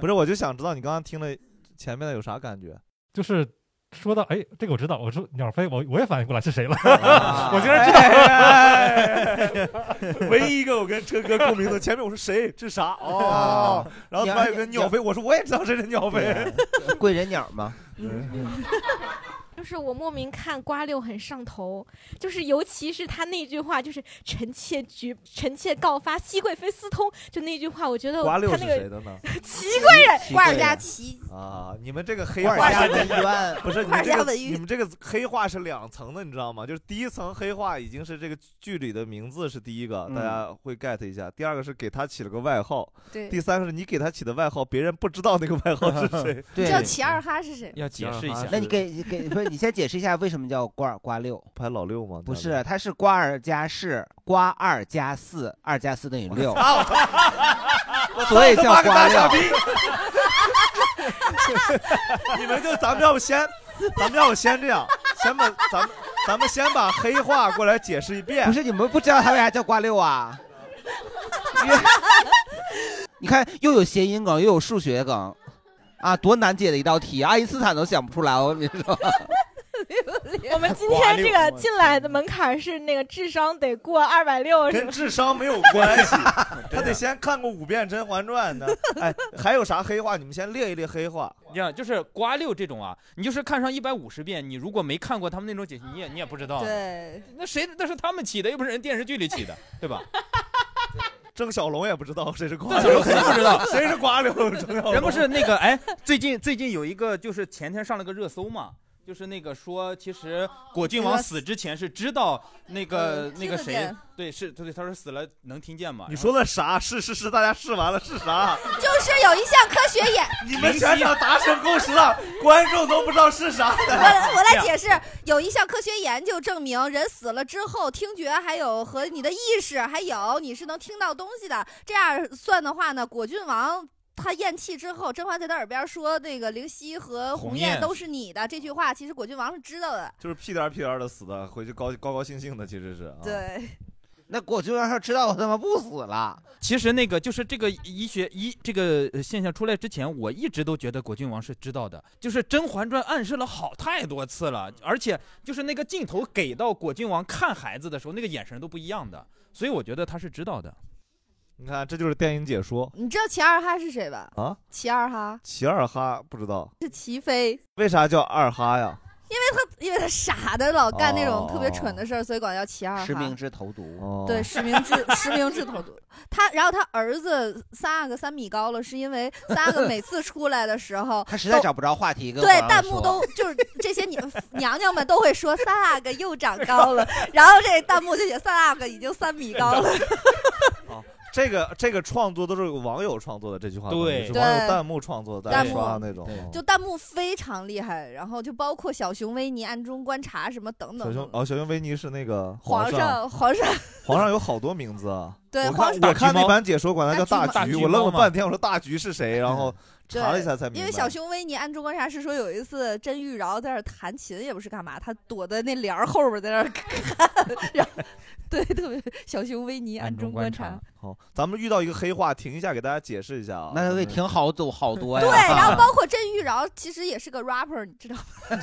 不是，我就想知道你刚刚听了前面的有啥感觉？
就是说到哎，这个我知道，我说鸟飞，我我也反应过来是谁了，
啊
我竟然知道，
哎 唯一一个我跟车哥共鸣的，前面我说谁？这啥？哦，然后突然有个鸟飞，我说我也知道谁是鸟飞，
贵人鸟 嘛。
嗯就是我莫名看瓜六很上头，就是尤其是他那句话，就是“臣妾举，臣妾告发熹贵妃私通”，就那句话，我 觉得
瓜
他
六是
那
谁
个
的呢？
祺贵人
祺，瓜尔佳
祺
啊，你们这个黑
瓜
化
尔佳文渊
不是你们
瓜尔
这
佳
个
文渊
你们这个黑化是两层的，你知道吗？就是第一层黑化已经是这个剧里的名字是第一个，
嗯。
大家会 get 一下。第二个是给他起了个外号，
对
第三个是你给他起的外号，别人不知道那个外号是谁
对
知道齐二哈是谁？
要解释一下
啊那你给给不是你先解释一下为什么叫瓜尔瓜六？
排老六吗？
不是，它是瓜尔佳氏，瓜二加四，二加四等于六，所以叫瓜六。
你们就咱们要不先，咱们要不先这样，先把咱们咱们先把黑话过来解释一遍。
不是你们不知道他为啥叫瓜六啊？因为你看，又有谐音梗，又有数学梗，啊，多难解的一道题，爱因斯坦都想不出来。我跟你说，
我们今天这个进来的门槛是那个智商得过二百六，
跟智商没有关 系，他得先看过五遍《甄嬛传》呢。哎，还有啥黑话？你们先列一列黑话。
你看，就是瓜六这种啊，你就是看上一百五十遍，你如果没看过他们那种解析，你也你也不知道。
对，
那谁那是他们起的，又不是人电视剧里起的，对吧？
郑小龙也不知道谁是瓜
郑小龙肯定不知道
谁是瓜六，郑小龙
人不是那个哎，最近最近有一个就是前天上了个热搜嘛，就是那个说其实果郡王死之前是知道那个
嗯
那个
听得
谁
见
对是对他说死了能听见吗？
你说的啥？是是是，大家试完了是啥？
就是有一项科学演，
你们全场达成共识了，观众都不知道是啥
我来我来解释，有一项科学研究证明，人死了之后，听觉还有和你的意识还有你是能听到东西的。这样算的话呢，果郡王。他咽气之后，甄嬛在他耳边说：“那个灵犀和
鸿
鸿雁
雁
都是你的。”这句话其实果郡王是知道的。
就是屁颠儿屁颠儿的死的，回去高高高兴兴的，其实是啊。
对，
那果郡王要知道我他妈不死了，
其实那个就是这个医学医这个呃现象出来之前，我一直都觉得果郡王是知道的，就是《甄嬛传》暗示了好太多次了，而且就是那个镜头给到果郡王看孩子的时候，那个眼神都不一样的，所以我觉得他是知道的。
你看，这就是电影解说
你知道齐二哈是谁吧？
啊。
齐二哈
齐二哈不知道
是齐妃，
为啥叫二哈呀？
因为他因为他傻的老干那种
哦
特别蠢的事儿，所以管叫齐二哈。
实名制投毒。
对，实名制，实名制投毒。他，然后他儿子三阿哥三米高了，是因为三阿哥每次出来的时候，
他实在找不着话题跟
对
皇上
弹幕
说
都就是这些娘 娘娘们都会说三阿
哦
哥又长高了，然后这弹幕就写三阿哥已经三米高了。
这个这个创作都是网友创作的，这句话
对
是网友
对
弹幕创作的，大
弹
家
幕
刷的那种。哦
就弹幕非常厉害，然后就包括小熊维尼暗中观察什么等
小
等
熊
等。
哦，小熊维尼是那个
嗯皇
上，
皇上，
皇上有好多名字啊。
对
我
皇
看
上
我看
大
那
橘猫
版解说管他叫
大橘猫
橘，
大橘
我愣了
猫嘛
半天，我说大橘是谁？然后
对
查了一下才明白。
因为小熊维尼暗中观察是说有一次甄玉娆在那儿弹琴，也不是干嘛，她躲在那帘儿后边在那儿看， 然后对，特别小熊维尼暗中观察。
好，咱们遇到一个黑话，停一下，给大家解释一下啊。
那
咱
位
们
挺好走好多呀。
对，然 后包括甄玉娆其实也是个 rapper，你知道吗？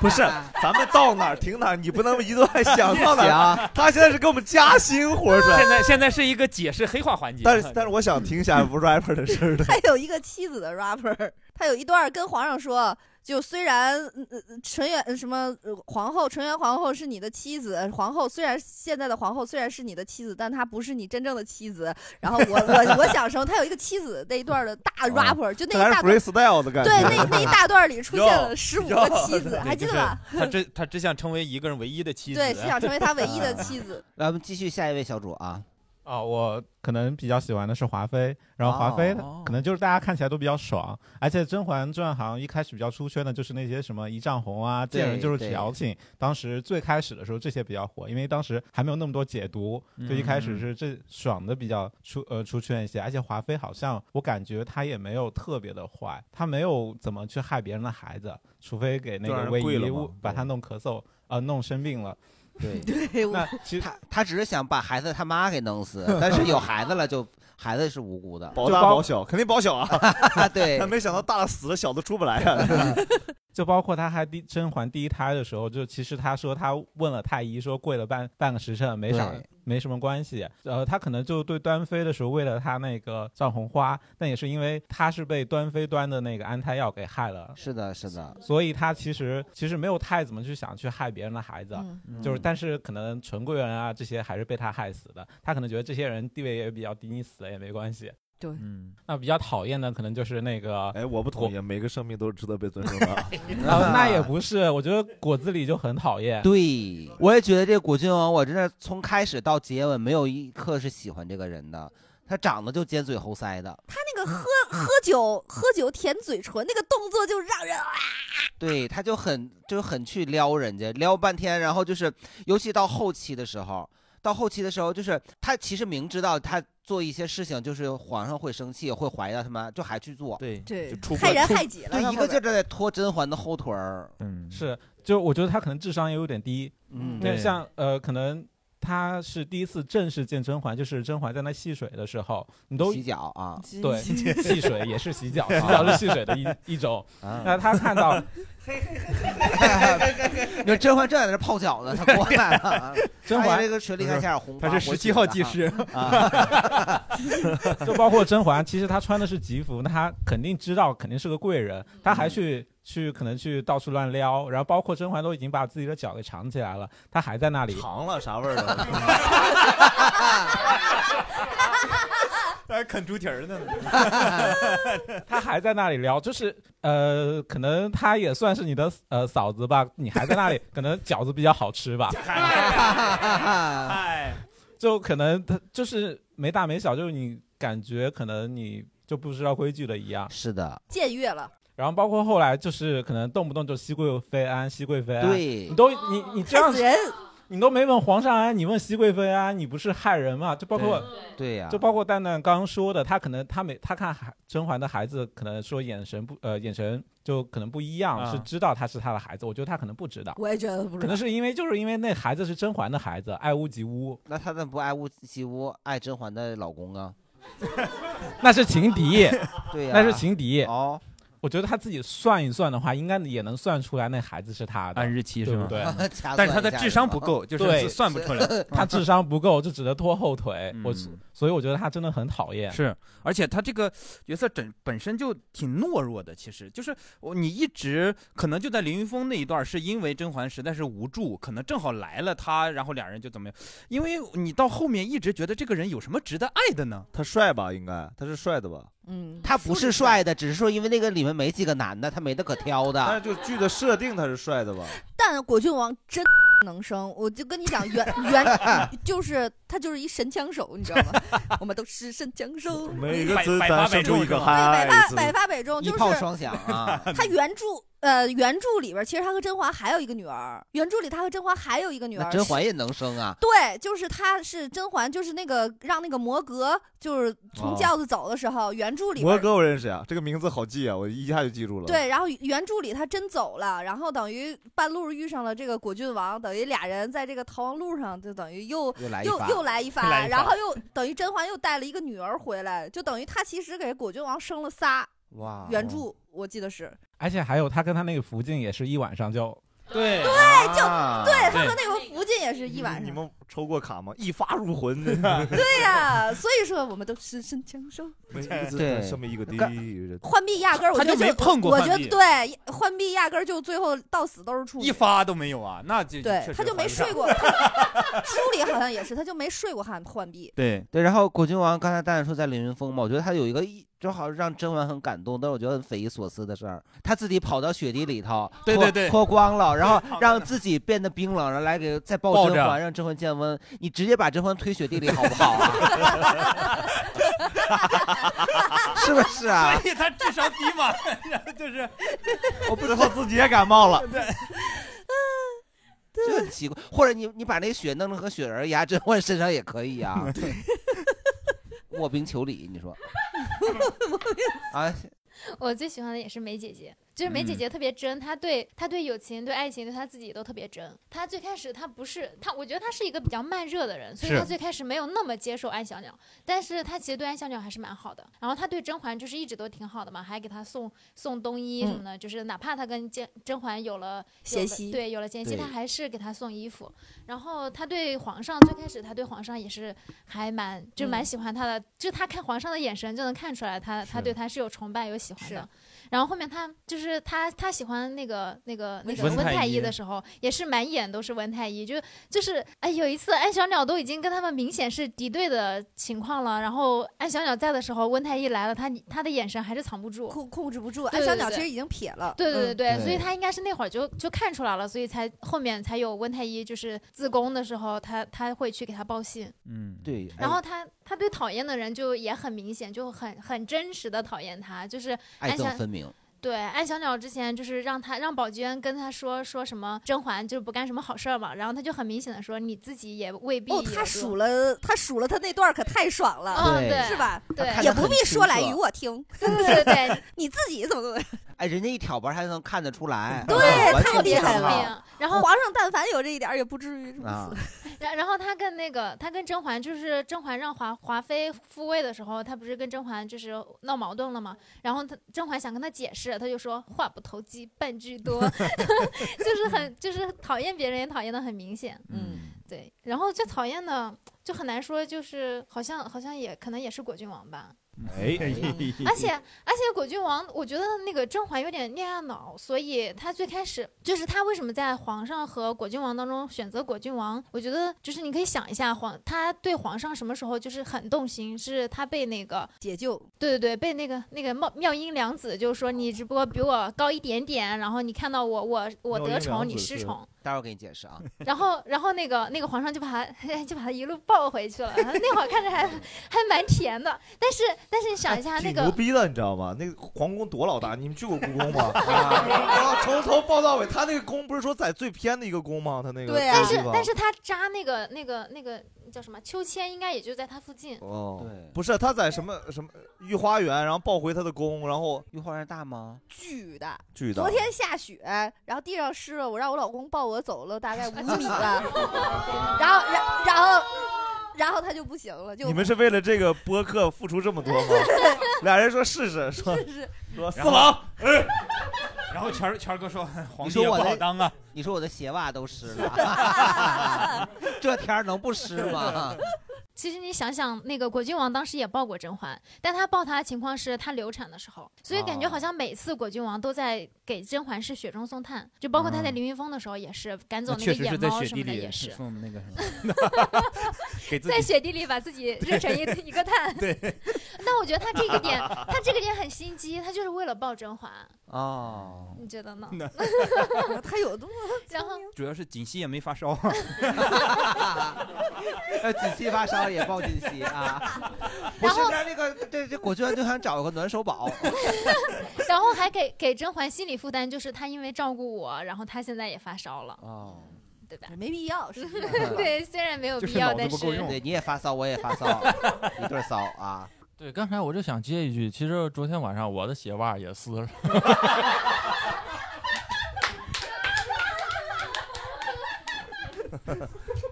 不是，咱们到哪儿停哪儿，你不能一段想到哪
行
儿。他现在是给我们加薪活着。
现在现在是一个解释黑化环节，
但是但是我想听一 下 rapper 的事儿的。
他有一个妻子的 rapper，他 有一段跟皇上说，就虽然嗯呃纯元呃什么呃皇后纯元皇后是你的妻子，皇后虽然现在的皇后虽然是你的妻子，但她不是你真正的妻子。然后我我我想说，他有一个妻子那一段的大 rapper，、就那
还
一
是
大段
freestyle 的感觉。
对那那一大段里出现了
哟
十五
哟
个妻子，
对
还记
就
得
是
吧？
他只他只想成为一个人唯一的妻子，
对，是想成为他唯一的妻 子。
咱们继续下一位小主啊，
啊，我可能比较喜欢的是华妃，然后华妃她
哦
可能就是大家看起来都比较爽，而且《甄嬛传》好像一开始比较出圈的就是那些什么一丈红啊，
对
见人就是
对
矫情。当时最开始的时候这些比较火，因为当时还没有那么多解读，
嗯
就一开始是这爽的比较出呃出圈一些，而且华妃好像我感觉她也没有特别的坏，她没有怎么去害别人的孩子，除非给那
就让
个
人
卫
跪了
夷
嘛
误把她弄咳嗽呃弄生病了。
对
对，
那
其实
他他只是想把孩子他妈给弄 死，但是有孩子了就孩子是无辜的，！
保大保小，肯定保小啊
对
但没想到大了死了，小的出不来 啊！
就包括她还第甄嬛第一胎的时候，就其实她说她问了太医，说跪了半半个时辰，没啥
对，
没什么关系。呃，她可能就对端妃的时候，为了她那个藏红花，但也是因为她是被端妃端的那个安胎药给害了。
是的，是的。
所以她其实其实没有太怎么去想去害别人的孩子，
嗯
就是但是可能纯贵人啊这些还是被她害死的。她可能觉得这些人地位也比较低，你死了也没关系。
对，
嗯，那比较讨厌的可能就是那个，哎，
我不同意，啊每个生命都是值得被尊重的。
啊，那也不是，我觉得果子狸就很讨厌。
对，我也觉得这果郡王，我真的从开始到结尾没有一刻是喜欢这个人的，他长得就尖嘴猴腮的，
他那个喝喝酒喝酒舔嘴唇那个动作就让人啊，
对，他就很就很去撩人家，撩半天，然后就是，尤其到后期的时候，到后期的时候，就是他其实明知道他做一些事情，就是皇上会生气，会怀疑到他妈，就还去做，
对
对
出
害人害己了到
对，一
后
个劲儿的在拖甄嬛的后腿儿，
嗯，是，就我觉得他可能智商也有点低。
嗯
那
对
像呃，可能他是第一次正式见甄嬛，就是甄嬛在那戏水的时候，你都
洗脚啊
对，
洗脚
戏水也是洗 脚，洗脚是戏水的一一种。
啊
那他看 到，
你说《甄嬛传》在这泡脚呢，他过来了啊
甄嬛嗯
哎这个水里看下红花，
她是
我
17
觉得
号
哈
技师
啊，
就包括甄嬛，其实她穿的是吉服，那她肯定知道肯定是个贵人，
嗯
她还去去可能去到处乱撩，然后包括甄嬛都已经把自己的脚给藏起来了，她还在那 里
尝了啥 味儿了？还啃猪蹄儿呢。
她还在那里撩，就是呃，可能她也算是你的呃嫂子吧，你还在那 里，可能饺子比较好吃吧，就可能她就是没大没小，就是你感觉可能你就不知道规矩了一样。
是的，
僭越了。
然后包括后来就是可能动不动就熹贵妃安，熹贵妃安，
对
你都你你这样
死人，
你都没问皇上安，你问熹贵妃安，你不是害人吗？就包括
对呀
就包括蛋蛋刚刚说的，他可能他没他看孩甄嬛的孩子，可能说眼神不呃眼神就可能不一样，
啊
是知道他是他的孩子，我觉得他可能不知道，
我也觉得不知道
可能是因为就是因为那孩子是甄嬛的孩子，爱屋及乌，
那他怎么不爱屋及乌，爱甄嬛的老公啊？
那是情敌，
对呀
那是情敌
哦。
我觉得他自己算一算的话，应该也能算出来那孩子是他的，
按日期是
对不
吗
对
掐？
但是他的智商不够就是
对
算不出来
他智商不够，就只能拖后腿。我
嗯
所以我觉得他真的很讨厌。
是，而且他这个角色整本身就挺懦弱的，其实就是我你一直可能就在凌云峰那一段，是因为甄嬛实在是无助，可能正好来了他，然后俩人就怎么样？因为你到后面一直觉得这个人有什么值得爱的呢？
他帅吧？应该他是帅的吧？
嗯，
他不是帅的，只是说因为那个里面没几个男的，他没得可挑的。
但是就剧的设定他是帅的吧？
但果郡王真 能生，我就跟你讲， 原原就是他就是一神枪手，你知道吗？ 我们都是神枪手，
每个子弹射出一个
百
嗨
发
字，
百发百中，就是
啊
他原著呃原著里边，其实他和甄嬛还有一个女儿，原著里他和甄嬛还有一个女
那
儿，
甄嬛
是
也能生啊？
对，就是他是甄嬛，就是那个让那个摩格就是从
哦
轿子走的时候，原著里边
摩哥我认识呀，这个名字好记啊，我一下就记住了。
对，，然后原著里他真走了，然后等于半路遇上了这个果郡王，等于俩人在这个逃亡路上就等于又
又来一
又
发
又来一发，
来一
然
发
后又等于甄嬛又带了一个女儿回来，就等于他其实给果郡王生了仨，
哦
哇哦
原著我记得是。
而且还有他跟他那个福晋也是一晚上就
对
对，就
啊
对，他
对
和那个福晋也是一晚
你
上。
们抽过卡吗？一发入魂，
对呀、所以说我们都是身强手。
每个子
对
弹射没一个敌
刚
人。
浣碧压根儿，我
他
觉得
就没碰过
我
浣
觉得
碧
对，浣碧压根儿就最后到死都是处女。
一发都没有啊，那就
嗯对
确，实
他就没
还不上
睡过。书里好像也是，他就没睡过浣浣碧。
对
对，然后果郡王刚才大家说在凌云峰嘛，我觉得他有一个一正好让甄嬛很感动，但是我觉得很匪夷所思的事儿，他自己跑到雪地里头，
对
脱
对对
脱光了，然后
对躺在
让
那
自己变得冰冷，然后来给再
抱
抱甄
着
嬛，让甄嬛降温。你直接把甄嬛推雪地里好不好啊？ 是不是啊？
所以他智商低嘛， 然后就是
我不知
道自己也感冒了
对，
就很奇怪。或者你你把那雪弄成和雪人压甄嬛身上也可以啊。 卧冰求鲤，你说啊？
我最喜欢的也是梅姐姐，就是梅姐
嗯
姐特别真，她对她对友情、对爱情、对她自己都特别真。她最开始她不是她，我觉得她是一个比较慢热的人，所以
是
她最开始没有那么接受安小鸟，但是她其实对安小鸟还是蛮好的。然后她对甄嬛就是一直都挺好的嘛，还给她送送冬衣什么的，就是哪怕她跟甄甄嬛有了
嫌隙
有了对，有了间隙，
对
她还是给她送衣服。然后她对皇上最开始她对皇上也是还蛮就蛮
嗯
喜欢他的，就她看皇上的眼神就能看出来她她
是
对他是有崇拜有喜欢的
是。
然后后面他就是他，他喜欢那个那个那个
温
温
太
太
医
医的时候，也是满眼都是温太医，就就是哎，有一次安小鸟都已经跟他们明显是敌对的情况了，然后安小鸟在的时候，温太医来了，他他的眼神还是藏不住，
控控制不住
对
安小鸟其实已。
对对
经撇了。
对对对
嗯
对，所以他应该是那会儿就就看出来了，所以才后面才有温太医就是自宫的时候，他他会去给他报信。
嗯，
对。哎
然后他他对讨厌的人就也很明显，就很很真实的讨厌他，就是
爱
安小
憎分明。
对，安小鸟之前就是让他让宝娟跟他说说什么甄嬛就是不干什么好事儿嘛，然后他就很明显的说你自己也未必
哦，他数了，他数了他那段可太爽了，
嗯对对
是吧？
对他看
也
得
不
很
必
清
说来
澈
与我听。
对对对，
你自己怎么怎么样，
哎，人家一挑拨还能看得出来，啊
对，
完
太
全
厉害
不像
了
号。
然后
皇上但凡有这一点儿，也不至于如此。
啊。
然然后他跟那个他跟甄嬛就是甄嬛让华华妃复位的时候，他不是跟甄嬛就是闹矛盾了嘛？然后他甄嬛想跟他解释，他就说话不投机半句多， 就是很就是讨厌别人也讨厌的很明显。
嗯，
对。然后最讨厌的就很难说，就是好像好像也可能也是果郡王吧。
哎，
而且而且果郡王，我觉得那个甄嬛有点恋爱脑，所以他最开始就是他为什么在皇上和果郡王当中选择果郡王？我觉得就是你可以想一下皇，他对皇上什么时候就是很动心，是他被那个
解救，
对对对，被那个那个妙妙音良子就是说你只不过比我高一点点，然后你看到我我我得宠你失宠，
待会儿给你解释啊。
然后，然后那个那个皇上就把他 就把他一路抱回去了。那会儿看着还 还蛮甜的，但是但是你想一下，那
挺
个
牛逼的，你知道吗？那个皇宫多老大，你们去过故宫吗？
啊
啊，从头抱到尾，他那个宫不是说在最偏的一个宫吗？他那个
对啊
但是
地方
但是他扎那个那个那个叫什么秋千，应该也就在他附近。
哦，对，不是他在什么什么御花园，然后抱回他的宫，然后
御花园大吗？
巨大，
巨大
昨天下雪，然后地上湿了，我让我老公抱我走了大概五米 吧，然后然然后然后他就不行了，就
你们是为了这个播客付出这么多吗？ 俩人说试试，说说四
然后
郎，哎，
然后权权哥说，皇
你
帝
说
也不
我
好
的
当啊，
你说我的鞋袜都湿 了，这天儿能不湿吗？
其实你想想，那个果郡王当时也抱过甄嬛，但他抱她的情况是她流产的时候，所以感觉好像每次果郡王都在给甄嬛是雪中送炭，就包括他在
嗯
凌云峰的时候也是赶走那
确
个
实是
野
在
猫
雪
什
地
么的
里，
也是。
说我们那个 什么，给自
在
己
雪地里把 自己热成一一个炭。
对，
那我觉得他这个点，他这个点很心机，他就是为了抱甄嬛。
哦，
你觉得呢？
他有多？
然后
主要是锦溪也没发烧啊，
呃，锦溪发烧也抱锦溪啊。 我身边那个这这果娟就想找个暖手 宝，
然后还给给甄嬛心理负担，就是她因为照顾我，然后她现在也发烧了，
哦，
对吧？
没必要，是
对，虽然没有必要，但是
对，你也发骚，我也 发骚，一对骚啊。
对，刚才我就想接一句，其实昨天晚上我的鞋袜也撕了。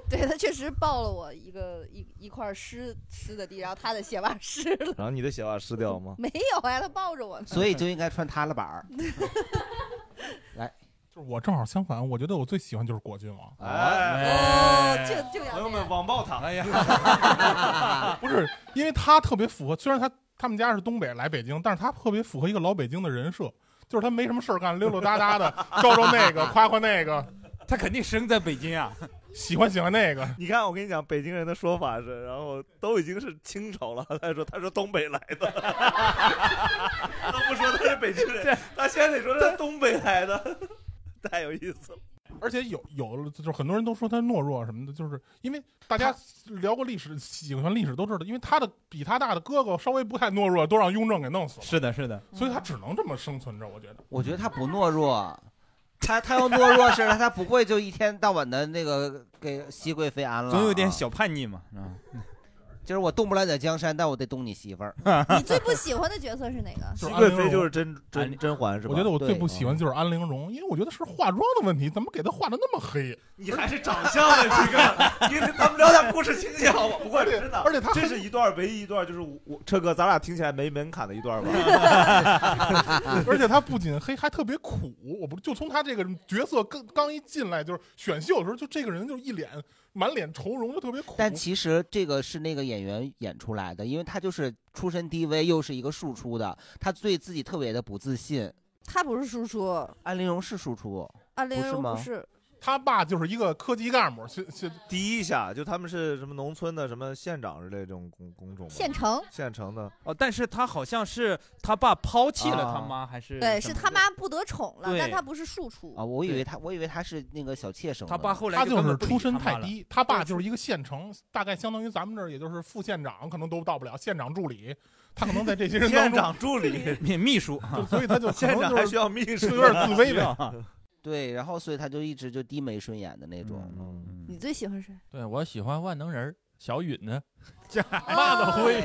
对他确实抱了我一个一一块湿湿的地，然后他的鞋袜 湿了，
然后你的鞋袜湿掉了吗？
没有哎，他抱着我呢。
所以就应该穿塌了板儿。来，
就是我正好相反，我觉得我最喜欢就是果郡王。
哎
哎
哦就就要
朋友们网暴他！哎呀，
不是，因为他特别符合，虽然他他们家是东北来北京，但是他特别符合一个老北京的人设，就是他没什么事儿干，溜溜达达 的，招招那个，夸夸那个。
他肯定生在北京啊，
喜欢喜欢那个。
你看，我跟你讲，北京人的说法是，然后都已经是清朝了，他说他是东北来 的，他不说他是北京人，他现在得说他是东北来的，太有意思了。
而且有有了，就是很多人都说他懦弱什么的，就是因为大家聊过历史，喜欢历史都知道，因为他的比他大的哥哥稍微不太懦弱，都让雍正给弄死了。
是的，是的，
所以他只能这么生存着。我觉得，
我觉得他不懦弱，他他要懦弱是他不会就一天到晚的那个给熹贵妃安了，
总有点小叛逆嘛，啊，
就是我动不了你的江山，但我得动你媳 妇儿。
你最不喜欢的角色是哪个？
熹贵妃就是甄甄甄嬛是吧？嗯
我觉得我最不喜欢就是安陵容，因为我觉得是化妆的问题，怎么给她化的那么黑？
你还是长相的这个，因为咱们聊点故事情节好吧？不过真的，
而且他
这是一段唯一一段，就是我车哥，咱俩听起来没门槛的一段吧？
而且他不仅黑，还特别苦。我不就从他这个角色刚刚一进来，就是选秀的时候，就这个人就一脸满脸愁容，就特别苦。
但其实这个是那个演员演出来的，因为他就是出身低微，又是一个庶出的，他对自己特别的不自信。
他不是输出，
安陵容是庶出，
安陵容
吗？
不是，
他爸就是一个科级干部，是是
第一下就他们是什么农村的什么县长之类这种工工种吗，
县城
县城的
哦，但是他好像是他爸抛 弃了
啊
他妈，还是
对，
什
是
么
他妈不得宠了，
对
但他不是庶出
啊，我以为他，我以为他是那个小妾生的。
他爸后
他就是出身太低，他爸就是一个县城，大概相当于咱们这儿也就是副县长，可能都到不了，县长助理，他可能在这些人当
县
中，
长助理、
秘秘书，啊
所以他就可能
县长
就
还
是
需 要秘书，
就有点自卑呗。
对，然后所以他就一直就低眉顺眼的那种。
嗯
嗯
你最喜欢谁？
对我喜欢万能人儿小允 呢，
骂的
哦
灰，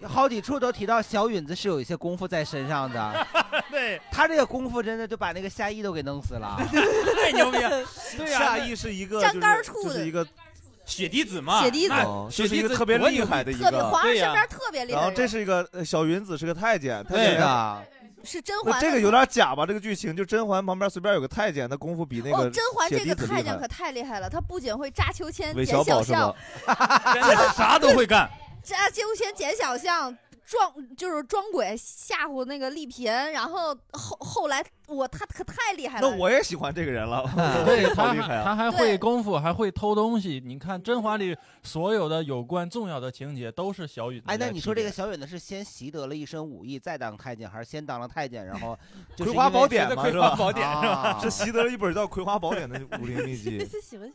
有好几处都提到小允子是有一些功夫在身上 的。
对，
他这个功夫真的就把那个夏意都给弄死 了。
太牛逼了，对呀，
夏意是一个
粘杆儿处
就
的
是一个哦
血滴子嘛，
血滴子
那
就
血
是一
滴
个
子
特别
多
厉
牛
害的一
特别
个，
皇上
对
身
呀。
边特别厉
然
害
后
的人，
这是一个呃小云子是个太监，太
对
监
的，
是甄
那
嬛。
这个有点假吧？这个剧情就甄嬛旁边随便有个太监，他功夫比那
哦，
个
甄嬛
血
这
滴
个
子
太
厉
监可
害。
太厉害了，他不仅会扎秋千、
韦
剪
小
小
宝是
巷
吧，？真 的 啥都会干，
扎秋千、剪小巷，装就是装鬼吓唬那个丽嫔，然后后后来我他可太厉害
那
了。
我也喜欢这个人了，
对
好
他
厉害
还
啊！
他还
对
会功夫，还会偷东西。你看《甄嬛》里所有的有关重要的情节都是小允。
哎，那你说这个，小允子是先习得了一身武艺，再当太监，还是先当了太监，然 后就是
葵花
因为
宝典嘛
葵
是
花
吧
宝典是吧
啊
是习得了一本叫《葵花宝典》的武林秘 籍。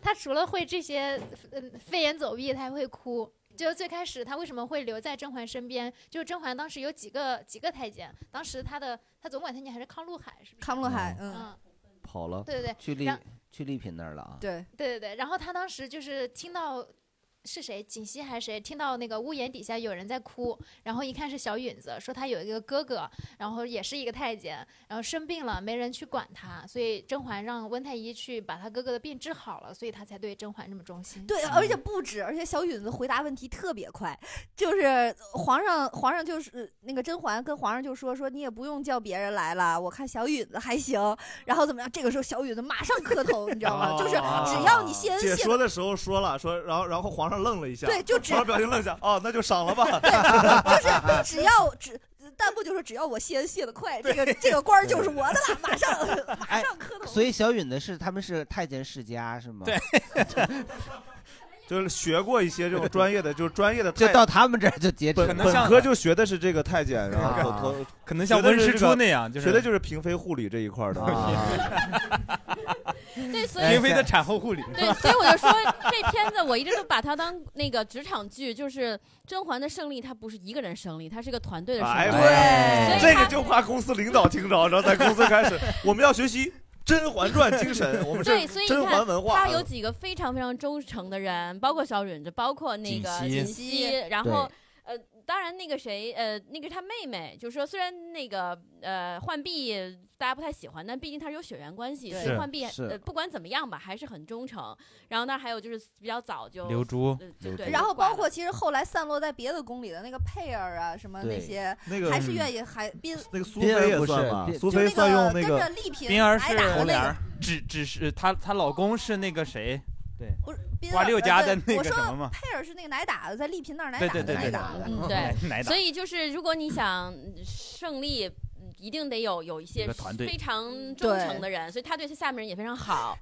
他除了会这些，嗯，飞檐走壁，他还会哭。就最开始他为什么会留在甄嬛身边？就是甄嬛当时有几个几个太监，当时他的他总管太监还是康禄海，是不是？
康禄海，嗯，
嗯，
跑了，
对对对
去丽
然
去丽嫔那儿了啊。
对，
对对对。然后他当时就是听到是谁，锦溪还是谁，听到那个屋檐底下有人在哭，然后一看是小允子，说他有一个哥哥，然后也是一个太监，然后生病了没人去管他，所以甄嬛让温太医去把他哥哥的病治好了，所以他才对甄嬛这么忠心。
对，而
嗯
且不止，而且小允子回答问题特别快，就是皇上，皇上就是那个甄嬛跟皇上就说说你也不用叫别人来了，我看小允子还行，然后怎么样？这个时候小允子马上磕头，你知道吗？
哦
就是只要你先
解
谢
说的时候说了，说然后然后皇上愣了一下，
对就只
皇上表情愣一下，哦， 那就 赏了吧。
就是只要只弹幕就说只要我谢恩谢的快，这个这个官儿就是我的了， 马上马上磕头。
所以小允子是他们是太监世家是吗？对，
就是学过一些这种专业的，就是专业的
就
太
到他们这儿就截止了
本本科就学的是这个太监，然后
啊
头头
可能像
学的
温
是
实
这
初
个
那样就是啊
学的就是嫔妃护理这一块儿的。啊
对，所以
嫔妃的产后护理。
对， 所以我就说这片子我一直都把它当那个职场剧，就是甄嬛的胜利，她不是一个人胜利，她是个团队的胜
哎
利。
呀，
所以
这
她
个就怕公司领导听着，然后在公司开始，我们要学习《甄嬛传》精神， 我们是
对，所以
甄
你
嬛
看
文化。嗯
他有几个非常非常忠诚的人，包括小允子，包括那
锦
个
汐
锦
锦
汐，然后
对。
呃，当然，那个谁，呃，那个是他妹妹，就是说，虽然那个呃，浣碧大家不太喜欢，但毕竟他是有血缘关系，
对
所以
是
浣碧
是
呃，不管怎么样吧，还是很忠诚。然后呢，还有就是比较早就
刘珠
呃
刘
就对，
珠
然后包括其实后来散落在别的宫里的那个佩儿啊，什么那
对
些，
那个嗯
还是愿意还宾
那个苏菲也算吧，苏菲算用那
跟
个
着丽嫔
冰儿
挨
是
打的那个，
只只是她她老公是那个谁？对，
不是宾
瓜
儿
六
呃
家
对
的那
我
个什么
说
嘛
佩儿是那个挨打的，在丽嫔那儿挨
对
打
对
的
对
挨
对
打的，嗯
对，
奶打
所以就是如果你想胜利，嗯一定得有有一些
一个团队
非常忠
嗯对
诚的人，所以他对他下面人也非常 好。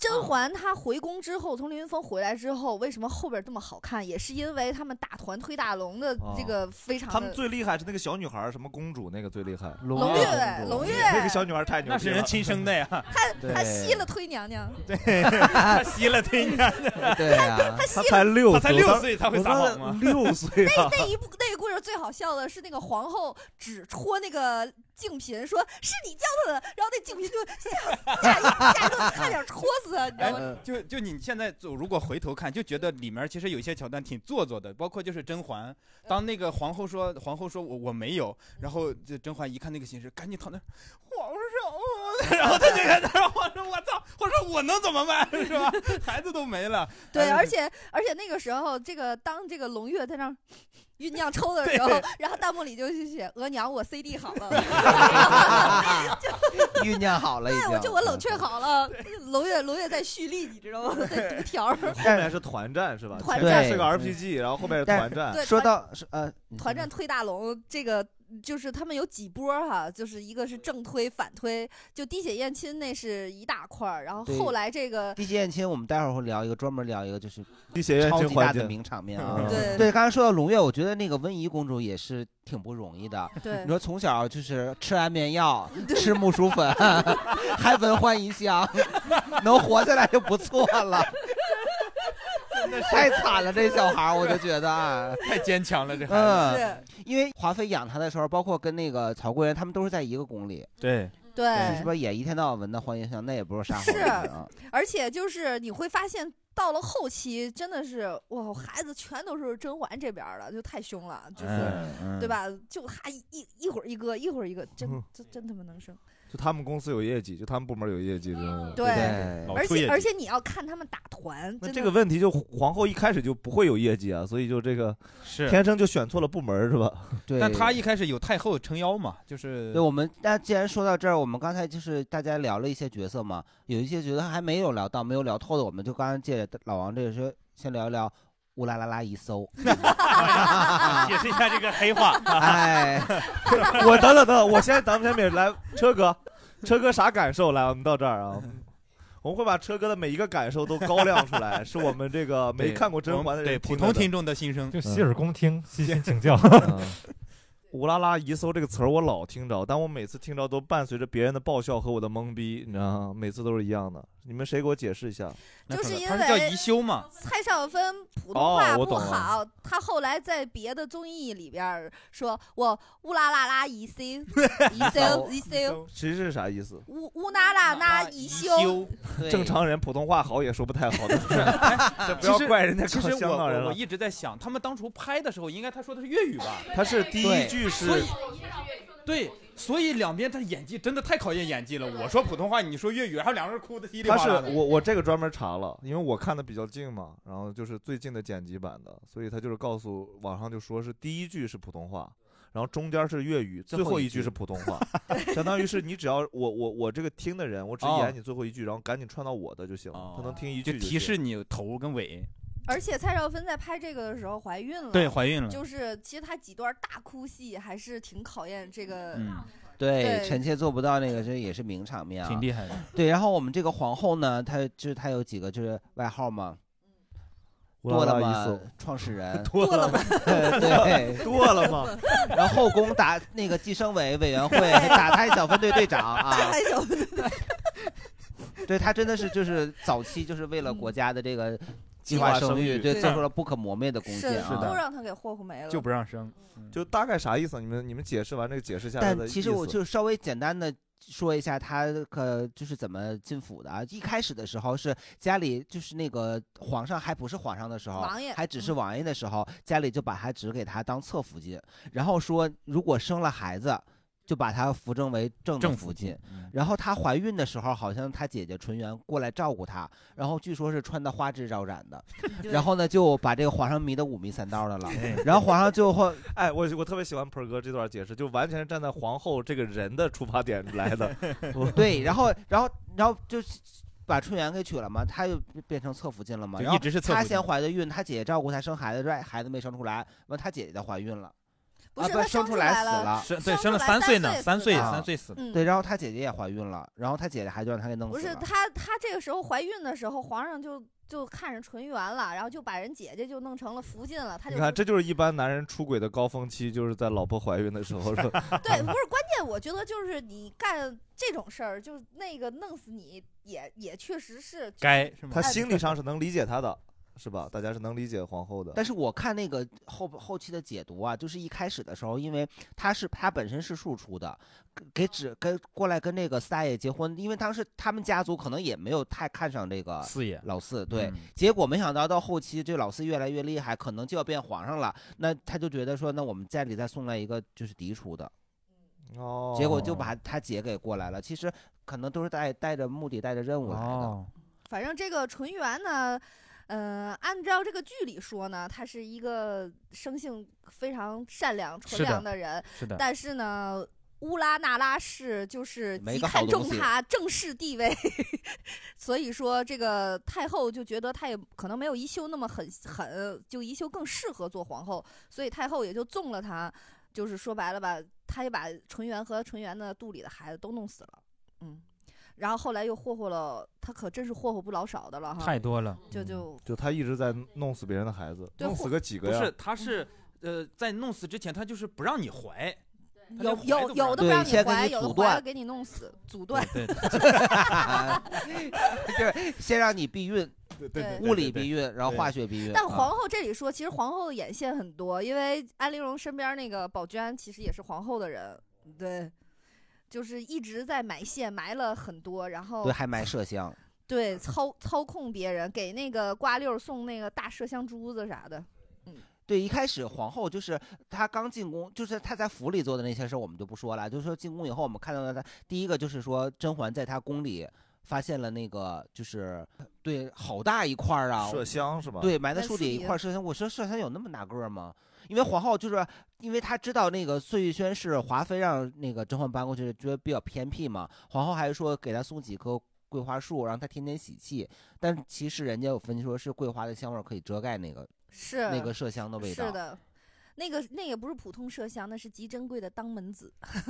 甄嬛她回宫之后，从凌云峰回来之后，为什么后边这么好看？也是因为他们打团推大龙的这个非常的。
哦他们最厉害是那个小女孩儿，什么公主那个最厉害，
龙龙月月龙月
那个小女孩儿太牛逼了，
那是人亲生的呀，
对
她 吸了推娘娘，
她 吸了对娘的，
对呀
她吸了
她才六，
她才六
我
岁，
当
她会撒谎吗？
六岁
那
啊！
那一部那个故事最好笑的是那个皇后只戳那个静嫔说是你教她的，然后那静嫔就吓死 吓一吓一跳差点戳死她，你知道
哎
呃
吗？，
就就你现在走，如果回头看，就觉得里面其实有一些桥段挺做作的，包括就是甄嬛，当那个皇后说皇后说我我没有，然后这甄嬛一看那个形势，赶紧躺那儿，皇上，然后他就开始皇上，我操，皇上我能怎么办 是吧？孩子都没了，
对，
然后
而
就
且而且那个时候，这个当这个胧月在那儿 酝酿抽的时候
对，
然后弹幕里就写“额娘，我 CD 好了”，
酝酿好了已
对，哎我
经。
就我冷却好了。 胧月胧月在蓄力，你知道吗？在读条儿。
后面是团战是吧？
团
前面
战
是个
对
RPG，然后后面是
但
团战。
对
说
团
到是呃，
团战推大龙，这个就是他们有几波儿哈，就是一个是正推反推，就滴血验亲那是一大块儿，然后
对
后来这个
滴血验亲，我们待会儿会聊一个专门聊一个，就是
滴血验
超
亲
级
环
大的
节！
名场
嗯
面啊
对
刚才说到胧月，我觉得那个温宜公主也是挺不容易的。
对
你说从小就是吃安眠药，吃木薯粉， 还闻幻衣香，能活下来就不错了。 太惨了，这小孩儿我就觉得啊
太坚强了，这孩子。
嗯，因为华妃养他的时候，包括跟那个曹贵人，他们都是在一个宫里。
对
对
是不是也一天到晚闻到欢颜香？那也不是啥好
是
人啊。
而且就是你会发现，到了后期真的是哇，孩子全都是甄嬛这边儿了，就太凶了，就是、
嗯嗯
对吧？就哈一一一会儿一个，一会儿一个，真真真他妈能生。
就他们公司有业绩，就他们部门有业绩，知道吗？
对而且而且你要看他们打团，
那
真
这
的
个问题就皇后一开始就不会有业绩啊，所以就这个
是
天生就选错了部门是吧？
对
但 她一开始有太后撑腰嘛，就是
对，我们那既然说到这儿，我们刚才就是大家聊了一些角色嘛，有一些角色还没有聊到，没有聊透的，我们就刚刚借着老王这个说，先聊一聊乌拉拉拉一搜。
解释一下这个黑话。啊
哎，
我等等等等，我先咱们先别来车哥，车哥啥感受？来，我们到这儿啊。我们会把车哥的每一个感受都高亮出来，是我们这个没
对
看过《甄
我们
嬛》的人
对普
听
通
着的
听众的心声，嗯
就洗耳恭听，细 心请教。
乌拉拉一搜这个词儿我老听着，但我每次听着都伴随着别人的爆笑和我的懵逼，你知道吗？每次都是一样的。你们谁给我解释一下？
就是因为他是叫宜
修嘛。
蔡少芬普通
哦
话
我
不
懂了
好，她后来在别的综艺里边儿说，我乌啦啦啦一搜一搜一搜，
其实是啥意思？
乌乌啦啦啦一修，
对
正常人普通话好也说不太 好的，哎这不要
其实
怪人家
其
搞
实
香
我
港人
我我
了。
一直在想，他们当初拍的时候，应该他说的是粤语吧？
他是第一句是
所以对，所以两边他演技真的太考验演技了。我说普通话，你说粤语，然后两个人哭的稀里
他
哗
是
啦的。
我我这个专门查了，因为我看的比较近嘛，然后就是最近的剪辑版的，所以他就是告诉网上就说是第一句是普通话，然后中间是粤语，最
最后
后
一
一句
句
是普通 话，相当于是你只要我我我这个听的人，我只
哦
演你最后一句，然后赶紧串到我的就行了，他能听一
就
句
提示你头跟尾。
而且蔡少芬在拍这个的时候怀孕了，
对怀孕了
就是其实她几段大哭戏还是挺考验这个，
嗯
对
对，臣妾做不到那个，这也是名场面啊，
挺厉害的。
对，然后我们这个皇后呢，她就是她有几个就是外号嘛，
乌拉
多
拉
了
一
嘛
搜，
创始 人
多了嘛
对，
多了嘛。
然后后宫打那个计生委委员会，打胎小分队队长啊，打
胎小分
队， 对他真的是就是早期就是为了国家的这个计
划
划
生
育，
育
对，
对
做出了不可磨灭的贡
是
献啊。
都让他给霍霍没了，
啊让生，
就大概啥意思？你们你们解释完这个解释下来的
但
意思。
其实我就稍微简单的说一下他呃就是怎么进府的啊。一开始的时候是家里就是那个皇上还不是皇上的时候
王爷，嗯
还只是王爷的时候，家里就把他只给他当侧福晋，然后说如果生了孩子。就把他扶正为正的
正
福晋，
嗯
然后她怀孕的时候，好像她姐姐纯元过来照顾她，然后据说是穿的花枝招展 的，然后呢就把这个皇上迷得五迷三道的了，然后皇上就会。
哎，我我特别喜欢盆儿哥这段解释，就完全是站在皇后这个人的出发点来的
对，然后然后然后就是把春元给娶了嘛，她就变成侧福晋了嘛，
就
然后
一直是侧
她
福晋
先怀的孕，她姐姐照顾她生孩子，这孩子没生出来，完她姐姐就怀孕了。
不
啊
是
不
她
生
生出来
来死
了
生对
生
生了
出来
三
三
岁呢
岁
三
死
岁
的
三岁死的
嗯
对，然后她姐姐也怀孕了，然后她姐姐还就让她给弄死
不是
了。
她，她这个时候怀孕的时候，皇上就就看着纯元了，然后就把人姐姐就弄成了福晋了，他就
你看，这就是一般男人出轨的高峰期，就是在老婆怀孕的时候。是吧
对，不是关键，我觉得就是你干这种事儿，就是那个弄死你也也确实是
他心理上是能理解他的，是吧？大家是能理解皇后的。
但是我看那个后后期的解读啊，就是一开始的时候，因为他是他本身是庶出的，给只跟过来跟那个三爷结婚，因为当时他们家族可能也没有太看上这个
四爷
老四，对。
嗯
结果没想到到后期这老四越来越厉害，可能就要变皇上了，那他就觉得说，那我们家里再送来一个就是嫡出的，
哦
结果就把他姐给过来了。其实可能都是带带着目的带着任务来的。
哦
反正这个纯元呢，嗯、按照这个剧里说呢，他是一个生性非常善良、纯
是的
良人，
是的
但是呢。乌拉那拉氏就是
没
极
个好
看重
东西
他正式地位，所以说这个太后就觉得她也可能没有宜修那么狠狠，就宜修更适合做皇后，所以太后也就纵了她，就是说白了吧，她也把纯元和纯元的肚里的孩子都弄死了。嗯然后后来又霍霍了，他可真是霍霍不老少的了哈，
太多
了
就就
嗯就他一直在弄死别人的孩子，
对
弄死个几个呀？
不是，他是呃，在弄死之前，他就是不让你怀，他
有有
连怀都不
有的不
让
让
你
你怀，有的怀了给你弄死，阻断。
对
啊就是先让你避孕，
对对
物
对对
理避孕，然后
对
化学避孕。
但
啊
皇后这里说，其实皇后的眼线很多，因为安陵容身边那个宝娟其实也是皇后的人，对，就是一直在埋线，埋了很多，然后
对还埋麝香，
对操操控别人，给那个瓜六送那个大麝香珠子啥的，
对，一开始皇后就是她刚进宫，就是她在府里做的那些事儿，我们就不说了。就是说进宫以后，我们看到的她第一个就是说甄嬛在她宫里发现了那个就是对好大一块儿啊
麝香是吧
对，埋在
在
树
树
底一
底
啊
块儿麝香。我说麝香有那么大个儿吗？因为皇后就是因为她知道那个碎玉轩是华妃让那个甄嬛搬过去，觉得比较偏僻嘛。皇后还说给她送几棵桂花树，让她天天喜气。但其实人家有分析说是桂花的香味儿可以遮盖那个
是
那个麝香的味道。
是的。那个那也不是普通麝香，那是极珍贵的当门子。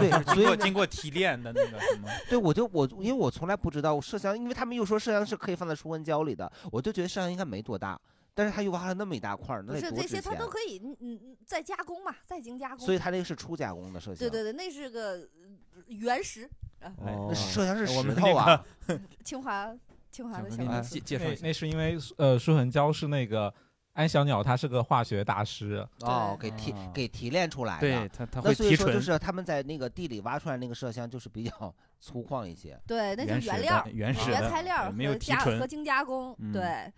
对
就是，
所
经过
以呢
经过提炼的那个什么，
对，我就我因为我从来不知道麝香，因为他们又说麝香是可以放在舒温胶里的，我就觉得麝香应该没多大，但是它又挖了那么一大块儿， 那
不
得
是
多
这
值
些，它
钱啊
都。可以，嗯嗯，嗯再加工嘛，再经加工。
所以它这个是初加工的麝香
对，对对，那是个呃原石啊，
哎
哦
那麝香是
我
石
们
头啊，
清华清华的小
给你
白
介介绍一下
那那是因为呃，舒痕胶是那个呃安小鸟，他是个化学大师
哦，给提
啊
给提炼出来的。
对它它
那
会
所以
提
说就
纯
是他们在那个地里挖出来那个麝香就是比较 粗犷一些。
对，那是原料、嗯啊原材料和加和精加工。
嗯
对，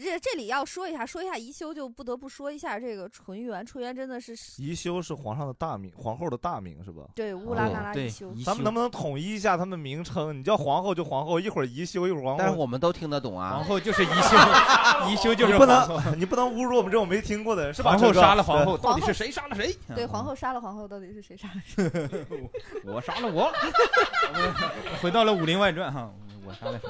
这这里要说一下，说一下宜修，就不得不说一下这个纯元，纯元真的是
宜修是皇上的大名，皇后的大名是吧？
对乌拉
哦
那拉宜修
咱们能不能统一一下他们名称？你叫皇后就皇后，一会儿宜修，一会儿皇后。
但是我们都听得懂啊。
皇后就是宜修，宜 修就是
你不
皇后
能，你不能侮辱我们这种没听过的人，是吧？
皇后
陈哥
杀了皇后
对嗯
到底是谁杀了谁？
对皇后杀了皇后，到底是谁杀了谁？
我杀了 我， 回到了《武林外传》哈，我杀了谁？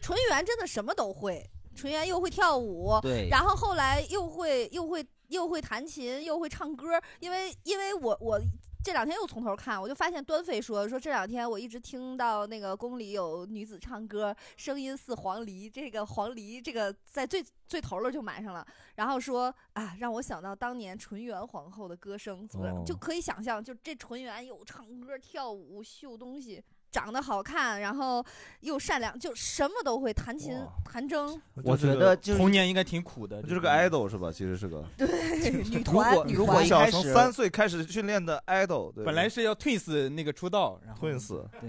纯元真的什么都会，纯元又会跳舞，
对
然后后来又会又会又会弹琴，又会唱歌，因为因为我我这两天又从头看，我就发现端妃说说这两天我一直听到那个宫里有女子唱歌，声音似黄鹂，这个黄鹂这个在最最头了就买上了，然后说啊，让我想到当年纯元皇后的歌声，怎么样
哦
就可以想象，就这纯元有唱歌、跳舞、秀东西。长得好看，然后又善良，就什么都会，弹琴、弹筝，
我觉得就是
童年应该挺苦的，
就是个 idol 是吧？其实是个
对女
如
团
果，
女
如
团
果
一
小
开
从
始
三岁开始训练的 idol，对
本来是要 Twins 那个出道，然后
Twins
对，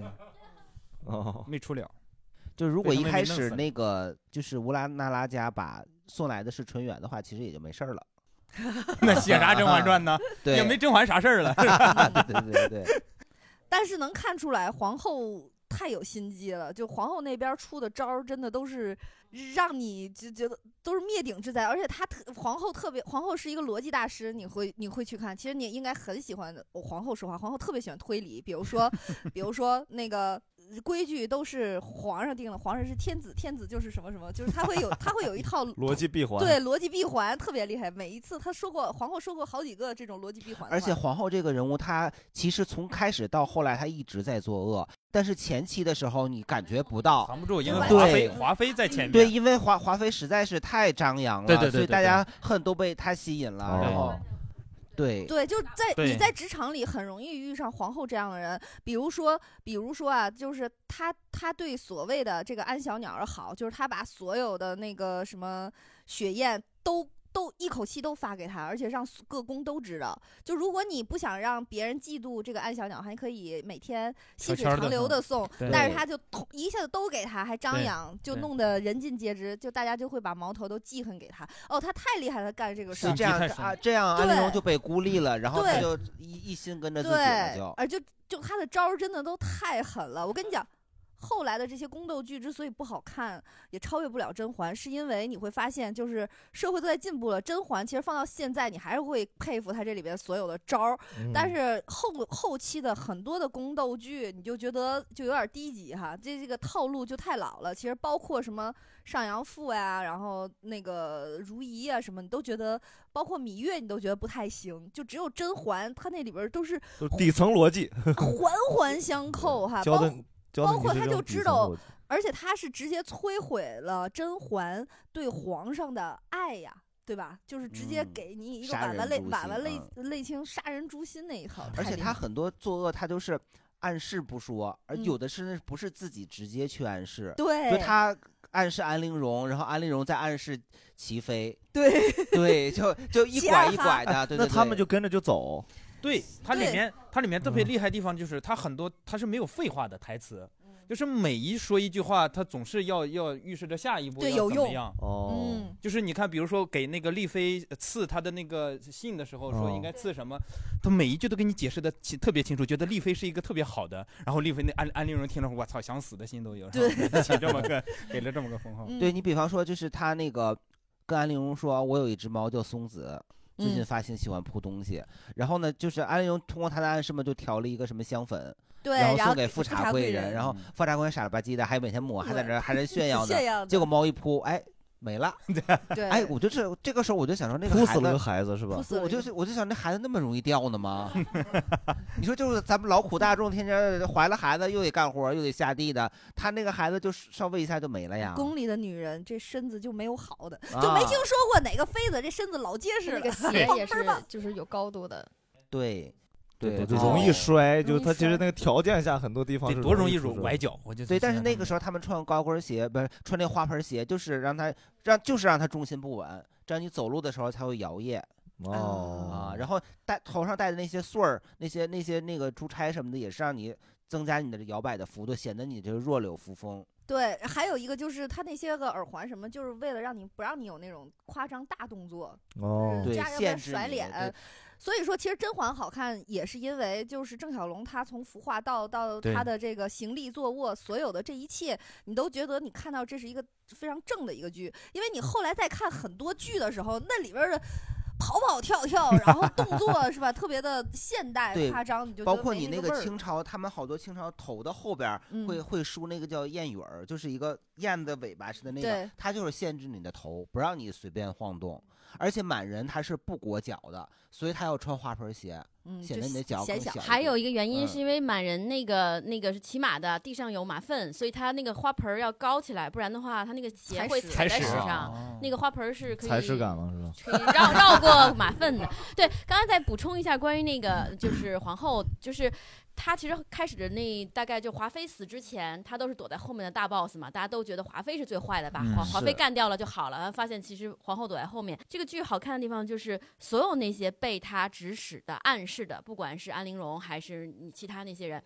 哦，
没出了。
就如果
被他
一
们
开
给弄
始
死了
那个就是乌拉那拉家把送来的是纯元的话，其实也就没事儿了。？
那写啥《甄嬛传》呢
对
也没甄嬛啥事儿了。
对对对对，
但是能看出来皇后太有心机了，就皇后那边出的招儿真的都是让你就觉得都是灭顶之灾，而且她特皇后特别，皇后是一个逻辑大师，你会你会去看，其实你应该很喜欢我皇后说话，皇后特别喜欢推理，比如说比如说那个。呃规矩都是皇上定了，皇上是天子，天子就是什么什么，就是他会有他会有一套
逻辑闭环
对逻辑闭环特别厉害。每一次他说过，皇后说过好几个这种逻辑闭环的话，
而且皇后这个人物，她其实从开始到后来，她一直在作恶，但是前期的时候你感觉不到，
不住，因为华妃，
对
华妃在前面。
对，因为华华妃实在是太张扬了，
对对对
所以
对
大
对
家恨都被她吸引了，然后
哦
对
对，就在你
对
在职场里很容易遇上皇后这样的人，比如说，比如说啊，就是她她对所谓的这个安小鸟儿好，就是她把所有的那个什么雪燕都。都一口气都发给她，而且让所各宫都知道。就如果你不想让别人嫉妒这个安小鸟，还可以每天细
悄
水
悄地
长流
送
的送，
对
但是她就统一下子都给她，还张
对
扬，就
对
弄得人尽皆知，就大家就会把矛头都记恨给她。哦，她太厉害了，干这个事
是
儿。
这样的啊，这样安陵容就被孤立了，然后她
对
就一一心跟着自己了
对
就，。
而就就他的招儿真的都太狠了。我跟你讲，后来的这些宫斗剧之所以不好看，也超越不了甄嬛，是因为你会发现，就是社会都在进步了。甄嬛其实放到现在，你还是会佩服她这里边所有的招儿，
嗯
但是后后期的很多的宫斗剧，你就觉得就有点低级哈，这这个套路就太老了。其实包括什么上阳赋呀，然后那个如懿啊什么，你都觉得，包括芈月，你都觉得不太行。就只有甄嬛，她那里边儿都是
都是底层逻辑，
环环相扣哈，
教
包
的教的
包
你
括
是
他
这
就
种底
知
层
道
逻辑，
而且他是直接摧毁了甄嬛对皇上的爱呀，对吧？就是直接给你一个
嗯杀
婉婉
人
泪
诛
婉婉
心嗯
泪泪清杀人诛心那一套，太
而且
厉害
他很多作恶，他就是暗示不说，而
嗯
有的是不是自己直接去暗示，
对
就他暗示安陵容，然后安陵容再暗示齐妃，
对
对，就就一
其
拐
二
一
哈
拐
啊
的，对
那
对
他
对
们就跟着就走。
对它里
对
面，它里面特别
嗯
厉害的地方就是它很多它是没有废话的台词，
嗯
就是每一说一句话，它总是要要预示着下一步
对
要
有
怎么
用嗯
样。
哦，
就是你看，比如说给那个丽妃赐她的那个信的时候，说
哦
嗯
应该赐什么，他每一句都给你解释的清特别清楚，觉得丽妃是一个特别好的。然后丽妃那安安陵容听了，我操，想死的心都有。然后给起这么个给了这么个封
嗯
号。
对你比方说，就是他那个跟安陵容说，我有一只猫叫松子。最近
嗯
发现喜欢扑东西，然后呢，就是安陵容通过他的暗示嘛，就调了一个什么香粉，
对
然后
然后
送给
给富
富
察
察贵
贵
人，
人
然后富察贵人傻了吧唧的，还每天抹，还在那儿还在炫耀
炫耀
呢，
的
结果猫一扑，哎，没了。
对
哎，我就是这个时候，我就想说那个
扑
孩
死了
子
个孩子是吧扑死了
我
一个
就是我就想那孩子那么容易掉呢吗？ 你说就是咱们劳苦大众，天天怀了孩子又得干活又得下地的，他那个孩子就是稍微一下就没了呀。
宫里的女人这身子就没有好的，
啊
就没听说过哪个妃子这身子老结实了，
那个鞋也是就是有高度的，
对，
对，
对哦
就容易摔，就
容易
他其实
摔
那个条件下很多地方
得
是
多容易
出
崴
事嗯
崴脚我就
对，但是
现
那个时候他们穿高跟鞋，不是穿那花盆鞋，就是让他让就是让他重心不稳，这样你走路的时候才会摇曳。
哦
啊，然后戴头上戴的那些穗儿，那些那些那个珠钗什么的，也是让你增加你的摇摆的幅度，显得你就是弱柳扶风。
对，还有一个就是他那些个耳环什么，就是为了让你不让你有那种夸张大动作，
哦
对，
家人
限
们
制
甩
你
脸
对
所以说，其实甄嬛好看也是因为就是郑晓龙他从服化道到
对
他的这个行立坐卧，所有的这一切，你都觉得你看到这是一个非常正的一个剧，因为你
嗯
后来再看很多剧的时候，那里边的。跑跑跳跳，然后动 作是吧？特别的现代
对
夸张，你就觉
包
得
括
没
你
那
那
个味
个
儿
清朝，他们好多清朝头的后边儿
嗯
会、会梳那个叫燕羽儿，就是一个燕子尾巴似的那个
对，
它就是限制你的头，不让你随便晃动。而且满人他是不裹脚的，所以他要穿花盆鞋，
嗯
显
就
得你的脚
显
更小。
还有一个原因
嗯
是因为满人那个、那个是骑马的，地上有马粪，所以他那个花盆儿要高起来，不然的话他那个鞋
踩
会
屎
踩在
踩
屎
屎
上。
哦
那个花盆儿是可以
踩屎感了是
可
吧？
以绕绕过马粪的。对，刚刚再补充一下关于那个就是皇后，就是她其实开始的那大概就华妃死之前，她都是躲在后面的大 boss 嘛，大家都觉得华妃是最坏的，把
嗯
华华
是
妃干掉了就好了。发现其实皇后躲在后面。这个剧好看的地方就是所有那些被她指使的、暗示的，不管是安陵容还是你其他那些人，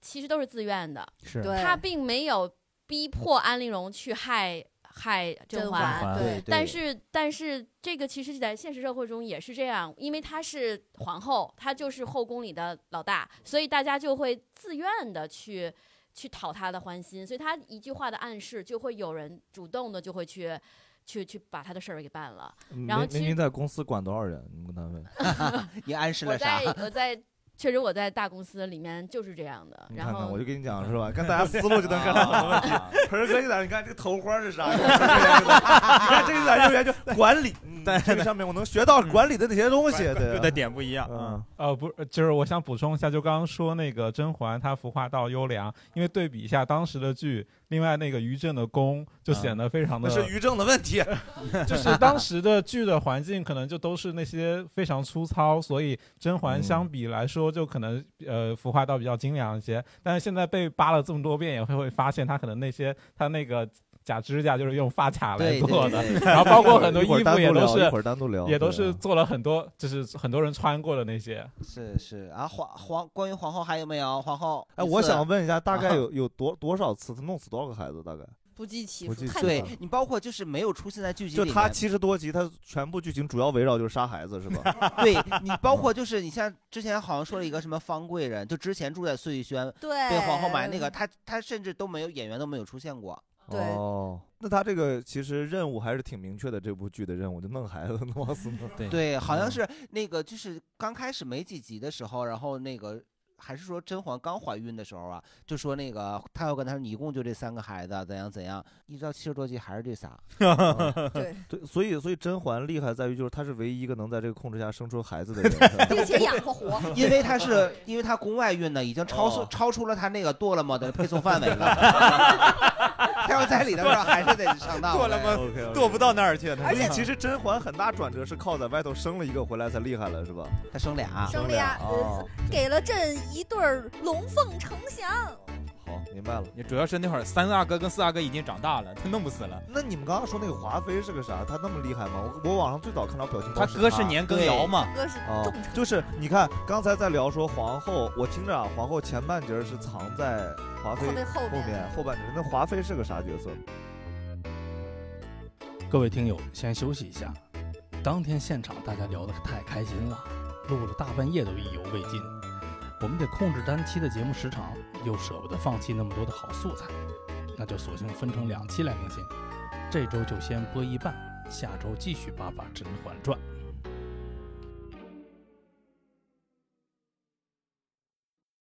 其实都是自愿的，
是对
她并没有逼迫安陵容去害害甄
甄
嬛，
嬛对对
但是但是这个其实在现实社会中也是这样，因为她是皇后，她就是后宫里的老大，所以大家就会自愿的去。去讨她的欢心，所以她一句话的暗示，就会有人主动的就会去，去去把她的事儿给办了。然后
嗯明
其
明
实
明在公司管多少人？你们 单位？
你暗示
我在 我在确实我在大公司里面就是这样的。
你
然
看
后
看，我就跟你讲是吧？看大家思路就能看到
啊
很多问题。盆儿哥一点，你看这个头花是啥？ 你看这一点右边就管理，嗯这个上面我能学到管理的那些东西，对
就
啊
的点不一样。
嗯，
呃，不，就是我想补充一下，就刚刚说那个甄嬛她服化道优良，因为对比一下当时的剧，另外那个于正的宫就显得非常的，，
啊那是于正的问题
就是当时的剧的环境可能就都是那些非常粗糙，所以甄嬛相比来说就可能呃服化道比较精良一些，但是现在被扒了这么多遍，也会会发现她可能那些她那个。假指甲就是用发卡来
对对
做的
对，对
然后包括很多
一
衣
会儿单
服
独
也都
聊
是
一会儿单独聊
也都
对啊
是做了很多，就是很多人穿过的那些。
是是啊，皇皇关于皇后还有没有皇后？
哎，我想问一下，大 概有有多多少次他弄死多少个孩子？大概
不计其
不数计其
对
数
你包括就是没有出现在剧集
就
里面，
他七十多集，他全部剧情主要围绕就是杀孩子是吧？
对你包括就是你像之前好像说了一个什么方贵人，就之前住在碎玉轩，
对
被皇后埋那个，他他甚至都没有演员都没有出现过。
哦，那他这个其实任务还是挺明确的，这部剧的任务就弄孩子， 弄死弄。
对，好
嗯
像是那个，就是刚开始没几集的时候，然后那个还是说甄嬛刚怀孕的时候啊，就说那个她要跟他说，你一共就这三个孩子，啊怎样怎样，一直到七十多集还是这 仨。嗯 ，
对嗯对，所以所以甄嬛厉害在于就是她是唯一一个能在这个控制下生出孩子的
并
人，
且养活活
因为她是因为她宫外孕呢，已经超出、
哦
超出了她那个剁了么的配送范围了。她 要在里头上还是得上当。
剁了吗
对
剁不到那儿去。
而且
所以其实甄嬛很大转折是靠在外头生了一个回来才厉害了，是吧？
她生俩
生了
俩
呀，
哦
呃，
嗯
给了朕一对儿龙凤呈祥。
好，明白了。
也主要是那会儿三阿哥跟四阿哥已经长大了，他弄不死了。
那你们刚刚说那个华妃是个啥？她那么厉害吗？我我网上最早看到表情包
她
她，
哥是年羹尧嘛
对她哥是
哦
重臣，
就是你看刚才在聊说皇后，我听着啊，皇后前半截儿是藏在华妃
华妃后
后
面
面，后半截儿那华妃是个啥角色？
各位听友先休息一下，当天现场大家聊的是太开心了，录了大半夜都意犹未尽。我们得控制单期的节目时长，又舍不得放弃那么多的好素材，那就索性分成两期来更新。这周就先播一半，下周继续扒扒《甄嬛传》。